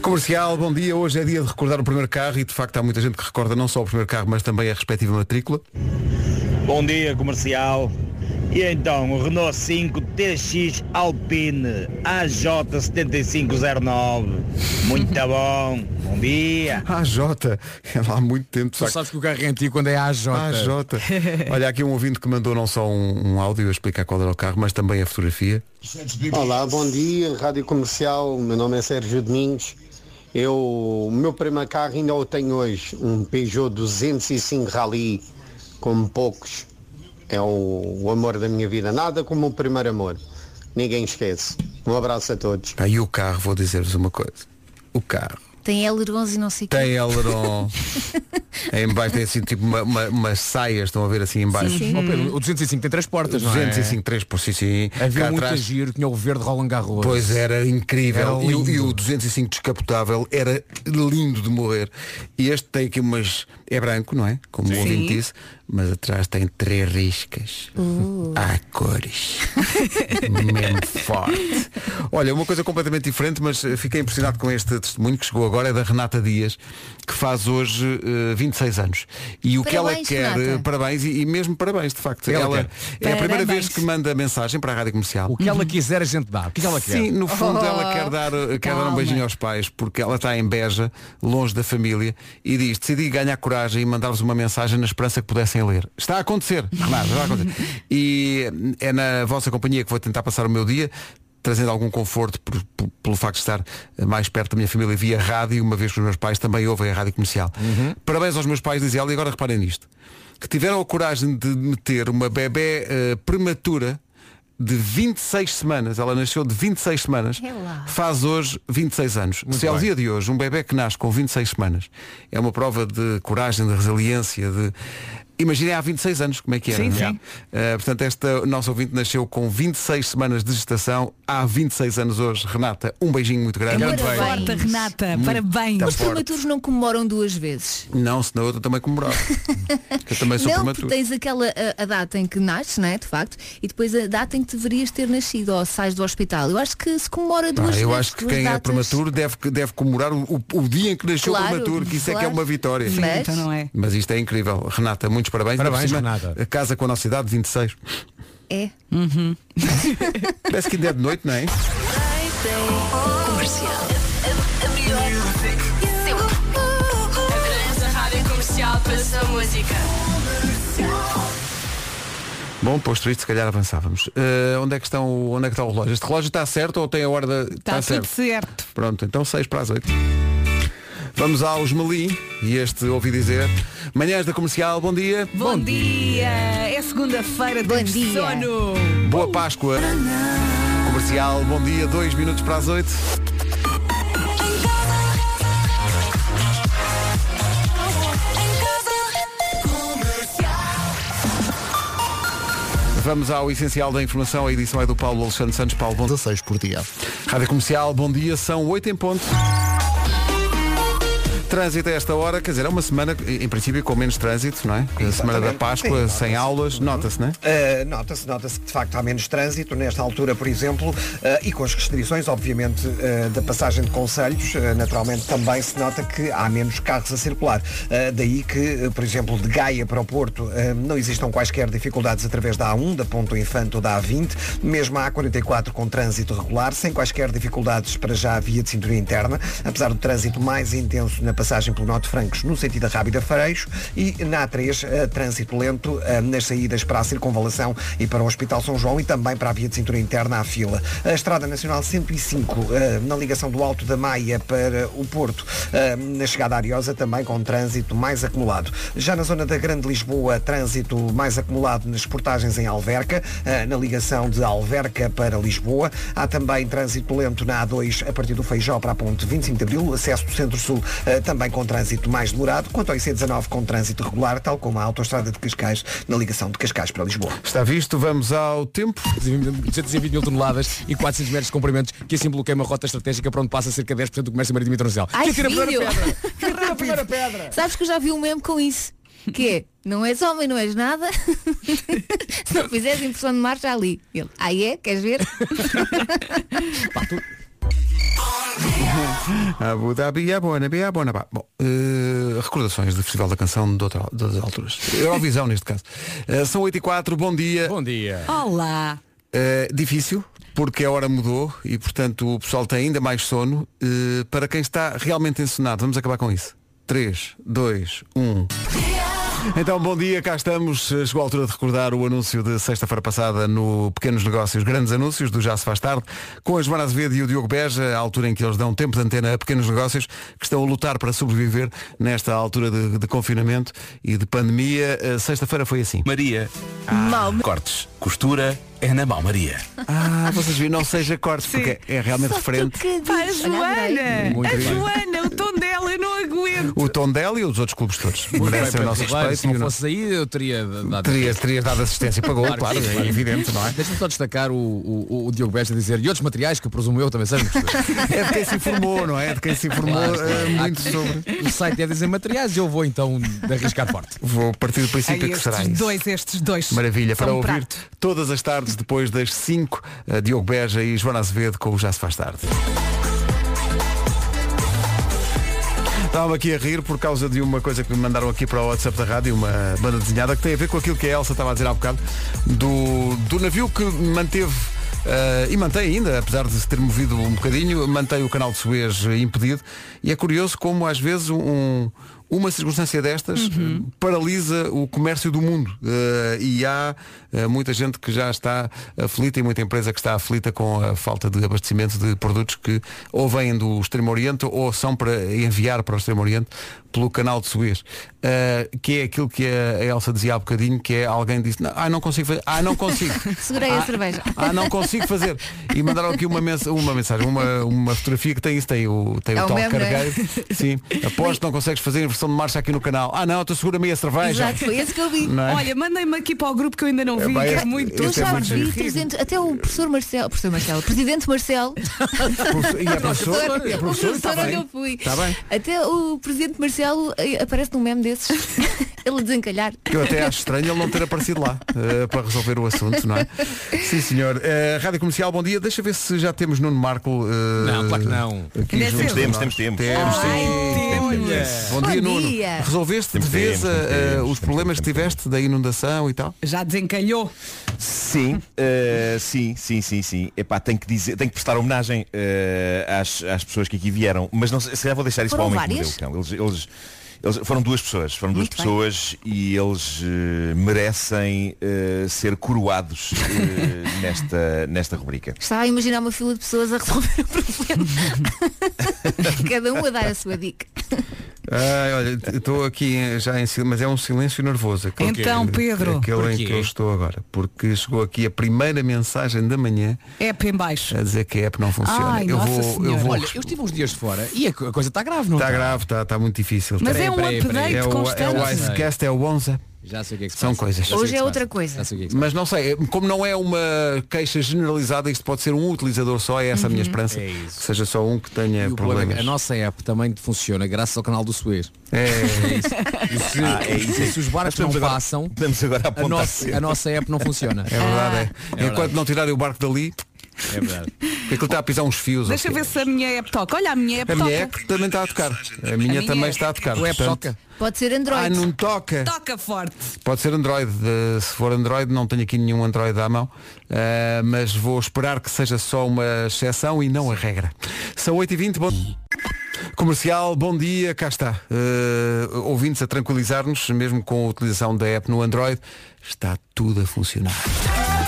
Speaker 1: Comercial, bom dia. Hoje é dia de recordar o primeiro carro e de facto há muita gente que recorda não só o primeiro carro, mas também a respectiva matrícula.
Speaker 13: Bom dia, comercial. E então, o Renault 5 TX Alpine AJ7509. Muito bom. Bom dia.
Speaker 1: AJ, é lá há muito tempo. de
Speaker 12: Tu
Speaker 1: facto.
Speaker 12: sabes que o carro é antigo quando é AJ.
Speaker 1: AJ. Olha, há aqui um ouvinte que mandou não só um, um áudio a explicar qual era o carro, mas também a fotografia.
Speaker 14: Olá, bom dia, Rádio Comercial. Meu nome é Sérgio Domingos. Eu, o meu primeiro carro ainda o tenho hoje, um Peugeot 205 Rally, como poucos. É o, o amor da minha vida, nada como o primeiro amor. Ninguém esquece. Um abraço a todos.
Speaker 1: Aí o carro, vou dizer-vos uma coisa. O carro
Speaker 4: Tem L11 e não sei o quê.
Speaker 1: tem aileron. em baixo tem assim tipo uma, uma- umas saias, estão a ver assim em baixo.
Speaker 12: Sim, sim. Oh, Pedro, o 205 tem três portas, não é?
Speaker 1: 205, 3 por si, sim.
Speaker 12: Havia
Speaker 1: Cá
Speaker 12: muito
Speaker 1: atrás-
Speaker 12: giro, tinha o verde Roland Garros. É,
Speaker 1: Pois era incrível.
Speaker 12: Era
Speaker 1: E o-
Speaker 12: lindo.
Speaker 1: e, o 205 descapotável era lindo de morrer. E este tem aqui umas. É branco, não é? Como o
Speaker 4: Sim.
Speaker 1: ouvinte
Speaker 4: Sim.
Speaker 1: disse, mas atrás tem três riscas.
Speaker 4: Uh.
Speaker 1: Há cores. Mesmo forte. Olha, uma coisa completamente diferente, mas eh, fiquei impressionado com este testemunho que chegou agora, é da Renata Dias, que faz hoje eh, 26 anos. E o
Speaker 12: Parabéns,
Speaker 1: que ela quer, eh,
Speaker 12: Renata.
Speaker 1: parabéns, e, e mesmo parabéns, de facto.
Speaker 12: Ela
Speaker 1: Ela,
Speaker 12: quer.
Speaker 1: é a primeira
Speaker 12: Parabéns.
Speaker 1: vez que manda mensagem para a Rádio Comercial.
Speaker 12: O que ela quiser a gente dá. O que é que ela quer?
Speaker 1: Sim, no fundo ela quer dar, quer dar um
Speaker 12: calma.
Speaker 1: beijinho aos pais porque ela está em Beja, longe da família e diz, decidi ganhar coragem e mandar-vos uma mensagem na esperança que pudessem ler. Está a acontecer, Renato, está a acontecer. E é na vossa companhia que vou tentar passar o meu dia trazendo algum conforto por- por- pelo facto de estar mais perto da minha família via rádio, uma vez que os meus pais também ouvem a rádio comercial. Parabéns aos meus pais, diz ela, e agora reparem nisto. Que tiveram a coragem de meter uma bebé eh, prematura de 26 semanas. Ela nasceu de 26 semanas.
Speaker 4: É
Speaker 1: Faz hoje 26 anos. Se ao
Speaker 12: bem.
Speaker 1: dia de é hoje um bebé que nasce com 26 semanas é uma prova de coragem, de resiliência, de Imaginem há 26 anos como é que era.
Speaker 3: Sim,
Speaker 1: não é?
Speaker 3: sim.
Speaker 1: Eh, portanto, esta nossa ouvinte nasceu com 26 semanas de gestação, há 26 anos hoje. Renata, um beijinho muito grande.
Speaker 4: É muito forte,
Speaker 3: Renata.
Speaker 1: Muito
Speaker 3: parabéns.
Speaker 1: tá
Speaker 4: Os
Speaker 1: forte.
Speaker 4: prematuros não comemoram duas vezes.
Speaker 1: Não, senão eu também comemorava. eu também sou
Speaker 4: não, porque
Speaker 1: prematuro.
Speaker 4: tens aquela a, a data em que nasces, não é? De facto, e depois a data em que deverias ter nascido ou sais do hospital. Eu acho que se comemora
Speaker 1: Pá,
Speaker 4: duas vezes.
Speaker 1: eu acho que
Speaker 4: duas
Speaker 1: quem é
Speaker 4: datas.
Speaker 1: prematuro deve, deve comemorar o, o- o dia em que nasceu
Speaker 4: Claro,
Speaker 1: prematuro, que isso é que é
Speaker 4: claro.
Speaker 1: uma vitória.
Speaker 4: Sim, Mas- então não é.
Speaker 1: Mas isto é incrível. Renata, muitos parabéns. Ainda por
Speaker 12: Parabéns,
Speaker 1: A casa com a nossa idade, 26.
Speaker 4: É.
Speaker 3: Uhum.
Speaker 1: Parece que ainda é de noite, não é?
Speaker 2: Comercial. A, a, a melhor sempre. A grande rádio comercial passa música.
Speaker 1: Bom, posto isto, se calhar avançávamos. Eh, onde, é que estão, o- onde é que está o relógio? Este relógio está certo ou tem a hora da.
Speaker 3: Está Tá tudo certo.
Speaker 1: Pronto, então 6 para as 8. Vamos aos Melim e este ouvi dizer. Manhãs da comercial, bom dia.
Speaker 3: Bom, dia. É segunda-feira, temos sono.
Speaker 1: Boa Páscoa. Comercial, bom dia, 2 minutos para as 8. Vamos ao essencial da informação. A edição é do Paulo Alexandre Santos. Paulo, bom 16 por dia. Rádio Comercial, bom dia. São 8 em ponto. Trânsito a esta hora, quer dizer, é uma semana, em princípio, com menos trânsito, não é? A semana da
Speaker 11: Exatamente.
Speaker 1: Páscoa,
Speaker 11: Sim,
Speaker 1: sem aulas, nota-se, não é?
Speaker 11: Uh, nota-se, nota-se que de facto há menos trânsito nesta altura, por exemplo, uh, e com as restrições, obviamente, uh, da passagem de conselhos, uh, naturalmente também se nota que há menos carros a circular. Uh, daí que, uh, por exemplo, de Gaia para o Porto uh, não existam quaisquer dificuldades através da A1, da Ponto Infante ou da A20, mesmo a A44 com trânsito regular, sem quaisquer dificuldades para já a via de cintura interna, apesar do trânsito mais intenso na passagem pelo Norte de Francos no sentido da Rábida Fareixo e na A3 eh, trânsito lento eh, nas saídas para a circunvalação e para o Hospital São João e também para a via de cintura interna à fila. A Estrada Nacional 105 eh, na ligação do Alto da Maia para o Porto, eh, na chegada à Ariosa também com trânsito mais acumulado. Já na zona da Grande Lisboa, trânsito mais acumulado nas portagens em Alverca, eh, na ligação de Alverca para Lisboa. Há também trânsito lento na A2 a partir do Feijó para a ponte 25 de Abril, acesso do Centro-Sul eh, também com trânsito mais demorado, quanto ao IC19 com trânsito regular, tal como a autoestrada de Cascais na ligação de Cascais para Lisboa.
Speaker 1: Está visto, vamos ao tempo.
Speaker 12: 220 mil toneladas e 400 metros de comprimentos, que assim bloqueia uma rota estratégica para onde passa cerca de 10% do comércio marítimo internacional.
Speaker 4: Ai,
Speaker 12: Quem tira a primeira
Speaker 4: filho.
Speaker 12: pedra?
Speaker 4: a primeira
Speaker 11: pedra.
Speaker 4: Sabes que eu já vi um meme com isso. Que é, não és homem, não és nada. Se não fizeres impressão de marcha ali. Ele, aí é, queres ver?
Speaker 1: Abu Dhabi é bona, Bia é bona. pá. Bom, eh, recordações do Festival da Canção de, outra, de outras alturas. Eurovisão, neste caso. Eh, são 8 e 4, bom dia. Bom
Speaker 12: dia.
Speaker 3: Olá.
Speaker 1: difícil, porque a hora mudou e, portanto, o pessoal tem ainda mais sono. Eh, para quem está realmente ensonado, vamos acabar com isso. um. 3, 2, 1. Então, bom dia, cá estamos. Chegou a altura de recordar o anúncio de sexta-feira passada no Pequenos Negócios, Grandes Anúncios, do Já Se Faz Tarde, com a Joana Azevedo e o Diogo Beja, a altura em que eles dão tempo de antena a pequenos negócios que estão a lutar para sobreviver nesta altura de, de confinamento e de pandemia. Eh, Sexta-feira foi assim.
Speaker 15: Maria. Ah, Cortes. Costura é na mão, Maria.
Speaker 1: Ah, vocês viram, não seja cortes, porque é realmente referente.
Speaker 3: Para a Joana.
Speaker 1: Muito
Speaker 3: a
Speaker 1: bem.
Speaker 3: Joana, o tom dela, eu não aguento.
Speaker 1: O tom dela e os outros clubes todos. Merecem é o nosso respeito.
Speaker 12: se
Speaker 1: e o
Speaker 12: não
Speaker 1: nosso-
Speaker 12: fosse aí, eu teria dado.
Speaker 1: Terias- terias dado assistência para gol, claro,
Speaker 12: que
Speaker 1: é
Speaker 12: sim.
Speaker 1: evidente, não é?
Speaker 12: Deixa-me só destacar o, o, o Diogo Besta a dizer e outros materiais que presumo eu também sabes.
Speaker 1: É de quem se informou, não é? É de quem se informou eh, muito sobre.
Speaker 12: O site deve dizer materiais e eu vou então arriscar forte.
Speaker 1: Vou partir do princípio
Speaker 3: Ai,
Speaker 1: que será
Speaker 3: estes
Speaker 1: isso.
Speaker 3: dois, estes dois.
Speaker 1: Maravilha,
Speaker 3: São
Speaker 1: para
Speaker 3: um
Speaker 1: ouvir
Speaker 3: prato.
Speaker 1: todas as tardes depois das 5, eh, Diogo Beja e Joana Azevedo com o Já Se Faz Tarde. Estava aqui a rir por causa de uma coisa que me mandaram aqui para o WhatsApp da rádio, uma banda desenhada, que tem a ver com aquilo que a Elsa estava a dizer há bocado, do, do navio que manteve. eh, e mantém ainda, apesar de se ter movido um bocadinho, mantém o canal de Suez eh, impedido. E é curioso como às vezes um, uma circunstância destas
Speaker 3: Uhum.
Speaker 1: eh, paralisa o comércio do mundo. Eh, e há eh, muita gente que já está aflita e muita empresa que está aflita com a falta de abastecimento de produtos que ou vêm do Extremo Oriente ou são para enviar para o Extremo Oriente pelo canal de Suez. Eh, que é aquilo que a a Elsa dizia há bocadinho, que é alguém disse, "Não, ah, não consigo fazer, ah, não consigo.
Speaker 4: Segurei
Speaker 1: ah,
Speaker 4: a cerveja.
Speaker 1: Ah, não consigo fazer. E mandaram aqui uma, mens uma mensagem, uma, uma fotografia que tem isso, tem o, tem
Speaker 4: É
Speaker 1: o
Speaker 4: o
Speaker 1: tal
Speaker 4: meme, não é?
Speaker 1: cargueiro. Sim. Aposto que não consegues fazer sugestão de marcha aqui no canal. Ah não, tu segura-me a cerveja.
Speaker 4: Exato, foi esse que eu vi.
Speaker 1: Não é?
Speaker 3: Olha, mandem-me aqui para o grupo que eu ainda não
Speaker 1: É
Speaker 3: vi,
Speaker 1: bem,
Speaker 3: que é
Speaker 1: este-
Speaker 3: muito.
Speaker 1: este
Speaker 4: Eu
Speaker 1: Isso é
Speaker 4: já
Speaker 1: muito
Speaker 4: vi
Speaker 1: giro.
Speaker 4: 300, até o professor Marcelo, professor Marcelo, presidente Marcelo,
Speaker 1: E é a professora? E a
Speaker 4: o
Speaker 1: professora?
Speaker 4: professor
Speaker 1: Está
Speaker 4: onde
Speaker 1: Tá bem.
Speaker 4: eu fui.
Speaker 1: Está bem.
Speaker 4: Até o presidente Marcelo eh, aparece num meme desses. Ele a desencalhar.
Speaker 1: Que eu até acho estranho ele não ter aparecido lá eh, para resolver o assunto, não é? Sim, senhor. Eh, Rádio Comercial, bom dia. Deixa ver se já temos Nuno Marco. eh,
Speaker 12: Não, claro que não.
Speaker 1: aqui
Speaker 12: Ainda é
Speaker 1: junto
Speaker 12: cedo.
Speaker 1: de nós.
Speaker 12: Temos, temos tempo.
Speaker 1: Temos,
Speaker 12: Ai,
Speaker 1: temos.
Speaker 12: temos.
Speaker 1: Bom dia,
Speaker 3: Bom
Speaker 1: Nuno.
Speaker 3: dia.
Speaker 1: Resolveste
Speaker 16: Temos
Speaker 1: de vez
Speaker 16: tempo, temos
Speaker 1: eh, os problemas que tiveste da inundação e tal?
Speaker 3: Já desencalhou.
Speaker 16: Sim, eh, sim, sim, sim, sim. Epá, tenho que dizer, tenho que prestar homenagem eh, às, às pessoas que aqui vieram, mas não sei, se calhar vou deixar isso
Speaker 4: Foram
Speaker 16: para o homem que
Speaker 4: várias?
Speaker 16: mordeu o cão. Eles, eles, eles- foram duas pessoas, foram duas
Speaker 4: Muito bem.
Speaker 16: pessoas e eles eh, merecem eh, ser coroados eh, nesta, nesta rubrica.
Speaker 4: Estava a imaginar uma fila de pessoas a resolver o problema. Cada um a dar a sua dica.
Speaker 1: Ai, olha, estou aqui eh, já em silêncio, mas é um silêncio nervoso. aquele
Speaker 3: Então,
Speaker 1: que-
Speaker 3: Pedro.
Speaker 1: Aquele em
Speaker 3: Porquê?
Speaker 1: que eu estou agora. Porque chegou aqui a primeira mensagem da manhã
Speaker 3: É para em baixo.
Speaker 1: a dizer que a app não funciona.
Speaker 3: Ai,
Speaker 1: eu,
Speaker 3: Nossa
Speaker 1: vou, eu
Speaker 3: Senhora.
Speaker 1: vou.
Speaker 12: Olha, eu estive uns dias fora e a co- a coisa está grave, não
Speaker 1: Está grave, está tá muito difícil.
Speaker 12: Mas
Speaker 1: Peraí,
Speaker 12: é um
Speaker 1: peraí, peraí.
Speaker 12: update
Speaker 1: é o,
Speaker 12: constante.
Speaker 1: É o Icecast, é o 11.
Speaker 12: Já sei o que é que se
Speaker 1: São
Speaker 12: passa.
Speaker 1: coisas.
Speaker 12: Já sei o que
Speaker 4: Hoje
Speaker 12: se
Speaker 4: é
Speaker 12: passa.
Speaker 4: outra coisa.
Speaker 12: Já sei o que é que se
Speaker 1: Mas não sei, como não é uma queixa generalizada, isto pode ser um utilizador só, é essa a minha
Speaker 12: Uhum.
Speaker 1: esperança.
Speaker 12: É
Speaker 1: que seja só um que
Speaker 12: passa.
Speaker 1: tenha
Speaker 12: E o problema é
Speaker 1: problemas.
Speaker 12: que a nossa app também funciona graças ao canal do Suez.
Speaker 1: É,
Speaker 12: E se,
Speaker 16: Ah, é isso, é
Speaker 12: se os
Speaker 16: isso. Mas
Speaker 12: barcos não
Speaker 16: estamos agora-
Speaker 12: passam,
Speaker 16: estamos agora a
Speaker 12: a,
Speaker 16: apontar
Speaker 12: nossa,
Speaker 16: cedo.
Speaker 12: a nossa app não funciona. Ah,
Speaker 1: É verdade, é. Enquanto não tirarem o barco dali,
Speaker 12: É verdade.
Speaker 1: porque aquilo está a pisar uns fios.
Speaker 3: Deixa
Speaker 1: ou
Speaker 3: ver se a minha app toca. Olha, a minha app
Speaker 1: quê. A
Speaker 3: toca.
Speaker 1: minha é que também está a tocar. A minha
Speaker 3: minha
Speaker 1: também
Speaker 3: é.
Speaker 1: está a tocar.
Speaker 12: O app
Speaker 1: portanto,
Speaker 12: toca.
Speaker 4: Pode ser
Speaker 1: Ah,
Speaker 4: Android.
Speaker 1: não toca.
Speaker 3: Toca forte.
Speaker 1: Pode ser Android. eh, se for Android, não tenho aqui nenhum Android à mão. eh, mas vou esperar que seja só uma exceção e não a regra. São 8h20, bom Comercial, bom dia, cá está. Eh, ouvintes a tranquilizar-nos, mesmo com a utilização da app no Android, está tudo a funcionar.
Speaker 4: é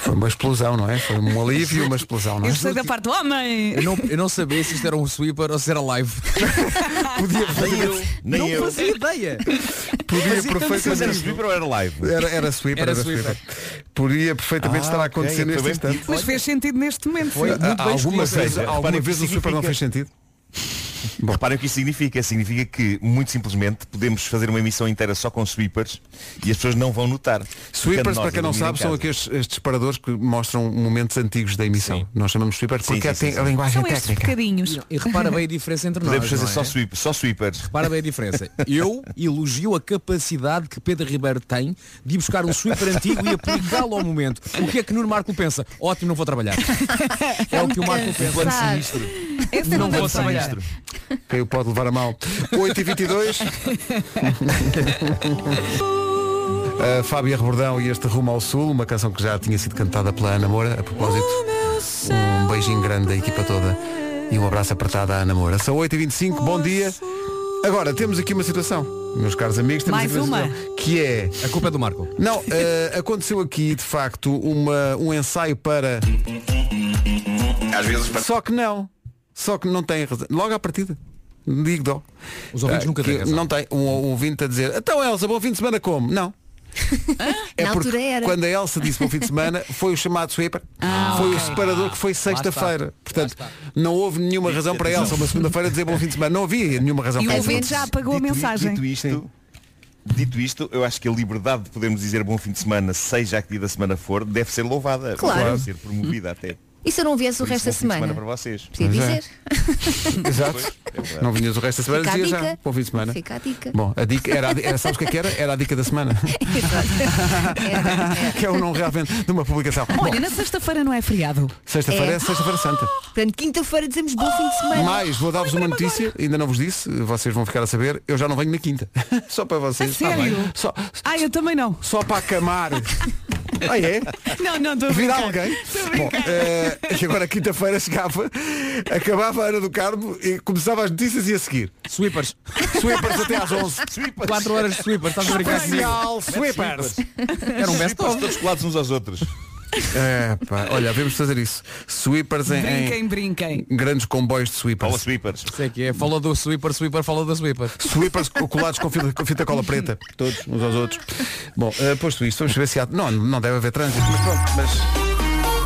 Speaker 1: Foi uma explosão, não é? Foi um alívio, uma explosão, não é?
Speaker 3: Eu gostei da parte do homem.
Speaker 12: Eu não, eu não sabia se isto era um sweeper ou se era live.
Speaker 1: Podia
Speaker 4: Ah,
Speaker 16: Nem eu, nem
Speaker 12: não
Speaker 16: eu.
Speaker 1: É
Speaker 12: fazia ideia.
Speaker 1: Podia
Speaker 12: Mas então,
Speaker 16: Mas era
Speaker 1: perfeitamente.
Speaker 16: sweeper ou era live?
Speaker 1: Era, era sweeper,
Speaker 16: Era
Speaker 1: era sweeper. Podia perfeitamente
Speaker 16: Ah,
Speaker 1: estar a acontecer
Speaker 16: ok,
Speaker 1: neste
Speaker 16: foi bem
Speaker 1: instante.
Speaker 3: Mas fez sentido neste momento.
Speaker 1: Foi ah, muito bem alguma
Speaker 16: escolhido.
Speaker 1: vez,
Speaker 16: Ou seja,
Speaker 1: alguma
Speaker 16: reparem
Speaker 1: vez
Speaker 16: que
Speaker 1: o super não
Speaker 16: significa-
Speaker 1: fez sentido?
Speaker 16: Reparem o que isso significa. Significa que, muito simplesmente, podemos fazer uma emissão inteira só com sweepers e as pessoas não vão notar.
Speaker 1: Sweepers, para quem não sabe, são aqueles estes paradores que mostram momentos antigos da emissão. Nós chamamos sweepers
Speaker 16: Sim,
Speaker 1: porque é
Speaker 16: sim, sim,
Speaker 1: tem a
Speaker 16: sim.
Speaker 1: linguagem
Speaker 3: São estes
Speaker 1: técnica.
Speaker 3: bocadinhos.
Speaker 12: E repara bem a diferença entre
Speaker 16: Podemos
Speaker 12: nós.
Speaker 16: fazer
Speaker 12: não é?
Speaker 16: só, sweep, só sweepers.
Speaker 12: Repara bem a diferença. Eu elogio a capacidade que Pedro Ribeiro tem de ir buscar um sweeper antigo e aplicá-lo ao momento. O que é que Nuno Marco pensa? Ótimo, não vou trabalhar. É o que o Marco pensa.
Speaker 16: Plano sinistro.
Speaker 3: Esse
Speaker 12: Não
Speaker 3: não
Speaker 12: vou
Speaker 3: deu certo.
Speaker 12: trabalhar.
Speaker 1: Quem o pode levar a mal. 8h22. A Fábia Rebordão e este Rumo ao Sul, uma canção que já tinha sido cantada pela Ana Moura. A propósito, um beijinho grande da equipa toda e um abraço apertado à Ana Moura. São 8h25, bom dia. Agora, temos aqui uma situação, meus caros amigos, temos
Speaker 12: Mais
Speaker 1: aqui
Speaker 12: uma.
Speaker 1: situação, que é...
Speaker 12: A culpa é do Marco.
Speaker 1: Não, eh, aconteceu aqui, de facto, uma, um ensaio para...
Speaker 16: Às vezes
Speaker 1: Só que não. Só que não tem razão. Logo à partida. Digo dó. Ah,
Speaker 12: Os ouvintes nunca têm
Speaker 1: que
Speaker 12: razão.
Speaker 1: Não tem. Um, um ouvinte a dizer, então Elsa, bom fim de semana como? Não. É
Speaker 4: Ah, Na
Speaker 1: porque
Speaker 4: altura era.
Speaker 1: Quando a Elsa disse bom fim de semana, foi o chamado sweeper.
Speaker 4: Ah,
Speaker 1: foi
Speaker 4: ok.
Speaker 1: o separador que foi sexta-feira. Portanto, não houve nenhuma razão para a Elsa uma segunda-feira dizer bom fim de semana. Não havia nenhuma razão
Speaker 3: E o
Speaker 1: para
Speaker 3: ouvinte já apagou a
Speaker 16: Dito i-
Speaker 3: mensagem.
Speaker 16: Dito isto, dito isto, eu acho que a liberdade de podermos dizer bom fim de semana, seja que dia da semana for, deve ser louvada.
Speaker 4: Claro.
Speaker 16: Deve ser promovida até.
Speaker 4: E se eu não viesse o
Speaker 16: Por
Speaker 4: resto
Speaker 16: isso,
Speaker 4: da
Speaker 16: bom fim de semana para
Speaker 4: semana?
Speaker 16: vocês.
Speaker 4: Podia
Speaker 1: Pois é.
Speaker 4: dizer.
Speaker 1: Exato.
Speaker 12: é
Speaker 1: Não vinhas o resto da semana,
Speaker 4: Fica a
Speaker 1: dizia
Speaker 4: dica.
Speaker 1: já. Bom fim de semana.
Speaker 4: Fica a dica.
Speaker 1: Bom, a dica era, a di- era- sabes o que é que era? Era a dica da semana. que é o nome realmente de uma publicação. Bom,
Speaker 3: Olha, na sexta-feira não é feriado.
Speaker 1: sexta-feira é,
Speaker 4: É.
Speaker 1: sexta-feira santa.
Speaker 4: Portanto, quinta-feira dizemos bom fim de semana.
Speaker 1: Mais, vou dar-vos uma notícia, ainda não vos disse, vocês vão ficar a saber, eu já não venho na quinta. Só para vocês.
Speaker 3: A sério?
Speaker 1: Tá bem. Só,
Speaker 3: Ah, eu também não.
Speaker 1: só para acamar. Ah, é?
Speaker 3: Não, não, estou a
Speaker 1: Vir
Speaker 3: brincar.
Speaker 1: alguém.
Speaker 3: Estou a
Speaker 1: Bom,
Speaker 3: brincar.
Speaker 1: eh, e agora quinta-feira chegava, acabava a Ana do Carmo e começava as notícias e a seguir.
Speaker 12: Sweepers.
Speaker 1: Sweepers até às 11.
Speaker 12: 4 horas de sweepers. Estás a brincar comigo?
Speaker 1: Especial Sweepers.
Speaker 12: Era um best
Speaker 16: Sweepers todos colados uns aos outros.
Speaker 1: É, pá, olha, devemos fazer isso. Sweepers em,
Speaker 3: Brinquem, brinquem.
Speaker 1: em grandes comboios de
Speaker 16: Fala
Speaker 1: sweepers.
Speaker 16: sweepers.
Speaker 12: Sei que é. Fala do sweeper, sweeper, fala do sweeper.
Speaker 1: Sweepers co- colados com fita, com fita cola preta, todos, uns aos outros. Bom, eh, posto isto, vamos ver se há. Não, não deve haver trânsito, mas pronto, mas.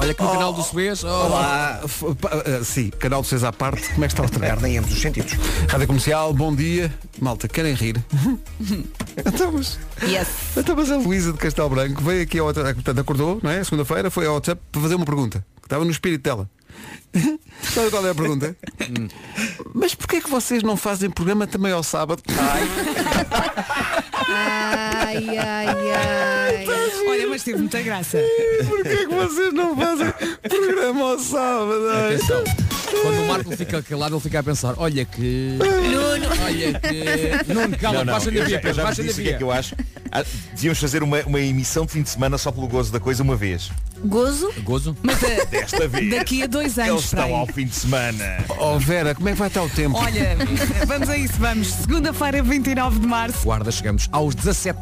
Speaker 12: Olha aqui o canal do Suez. oh.
Speaker 1: Olá. F- pa- ah, sim, canal de vocês à parte. Como é que está o trabalho? Perdem ambos os sentidos. Rádio Comercial, bom dia. Malta, querem rir? Estamos.
Speaker 3: Yes.
Speaker 1: Então, mas a Luísa de Castelo Branco veio aqui ao WhatsApp, portanto acordou, não é? Segunda-feira, foi ao WhatsApp para fazer uma pergunta. que Estava no espírito dela. Sabe qual é a pergunta? mas porquê é que vocês não fazem programa também ao sábado?
Speaker 4: Ai, ai, ai.
Speaker 3: Olha, mas teve muita graça.
Speaker 1: Porquê é que vocês não fazem programa ao sábado?
Speaker 12: Atenção. Quando o Marco fica calado, ele fica a pensar, olha que.
Speaker 4: Nuno.
Speaker 12: Olha
Speaker 1: É,
Speaker 12: que. Nuno, cala,
Speaker 16: Não, não,
Speaker 12: baixa-lhe a
Speaker 16: eu já-
Speaker 12: via,
Speaker 16: eu
Speaker 12: Pedro,
Speaker 16: já vos
Speaker 12: baixa-lhe a
Speaker 16: disse o que é
Speaker 12: via.
Speaker 16: que eu acho. Ah, Devíamos fazer uma, uma emissão de fim de semana só pelo gozo da coisa uma vez.
Speaker 4: Gozo?
Speaker 12: Gozo?
Speaker 3: Mas eh,
Speaker 16: Desta vez.
Speaker 3: daqui a dois anos.
Speaker 16: Eles
Speaker 3: para aí.
Speaker 16: estão ao fim de semana.
Speaker 1: Oh Vera, como é que vai estar o tempo?
Speaker 3: Olha, vamos a isso, vamos. Segunda-feira, 29 de março.
Speaker 12: Guarda, chegamos aos 17.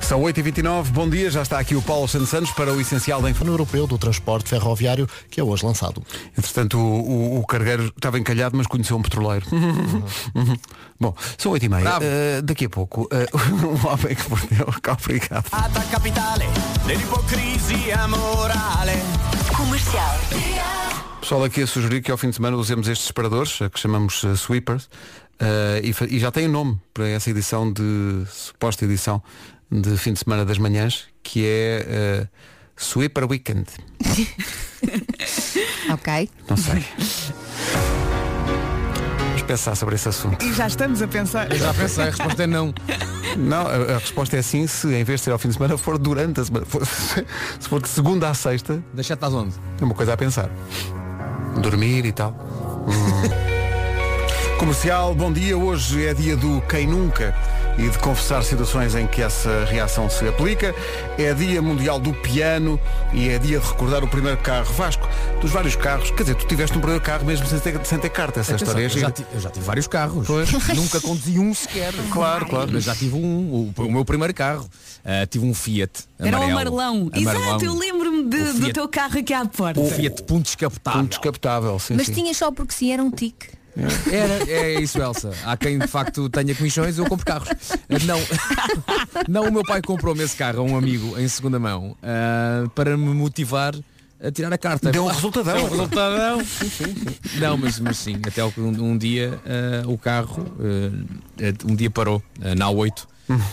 Speaker 1: São 8h29, bom dia, já está aqui o Paulo Santos Santos para o Essencial da Informação
Speaker 17: Europeu do Transporte Ferroviário, que é hoje lançado.
Speaker 1: Entretanto, o, o- o cargueiro estava encalhado, mas conheceu um petroleiro. Uhum. Bom, são 8h30.
Speaker 17: Bravo.
Speaker 1: Eh, daqui a pouco, eh, um homem que perdeu o carro brigado.
Speaker 18: Atta capitale dell'ipocrisia morale.
Speaker 1: Pessoal aqui a sugerir que ao fim de semana usemos estes separadores, eh, que chamamos eh, sweepers, eh, e, fa- e já tem um nome para essa edição de, suposta edição de fim de semana das manhãs, que é eh, Sweeper Weekend.
Speaker 4: Ok.
Speaker 1: Não sei. Vamos pensar sobre esse assunto.
Speaker 3: E já estamos a pensar.
Speaker 12: Eu já pensei, a resposta é não.
Speaker 1: Não, a, a resposta é sim se em vez de ser ao fim de semana for durante a semana. For- se for de segunda à sexta.
Speaker 12: Deixa estás onde?
Speaker 1: É uma coisa a pensar. Dormir e tal. Hum. Comercial, bom dia. Hoje é dia do quem nunca e de confessar situações em que essa reação se aplica. É dia mundial do piano e é dia de recordar o primeiro carro Vasco. Dos vários carros, quer dizer, tu tiveste um primeiro carro mesmo sem ter, sem ter carta. Essa
Speaker 12: Atenção,
Speaker 1: história é
Speaker 12: eu
Speaker 1: gira.
Speaker 12: já ti- eu já tive vários carros.
Speaker 1: Pois.
Speaker 12: Nunca conduzi um sequer.
Speaker 1: Claro, claro.
Speaker 12: Mas já tive um, o, o meu primeiro carro. Ah, tive um Fiat.
Speaker 3: Era um
Speaker 12: amarelo.
Speaker 3: amarelão.
Speaker 12: Amarelão.
Speaker 3: Exato, eu lembro-me de-
Speaker 12: O
Speaker 3: do
Speaker 12: Fiat.
Speaker 3: teu carro aqui à porta.
Speaker 12: O Fiat Punto descapotável. Punto
Speaker 1: descapotável, sim.
Speaker 4: Mas tinha só porque sim, era um tique.
Speaker 12: Era, é isso, Elsa. Há quem de facto tenha comissões, eu compro carros. Não, não o meu pai comprou-me esse carro a um amigo em segunda mão ah, para me motivar a tirar a carta.
Speaker 1: Deu um resultadão.
Speaker 12: Deu um resultadão. Não, mas, mas sim, até que um, um dia ah, o carro ah, um dia parou ah, na A8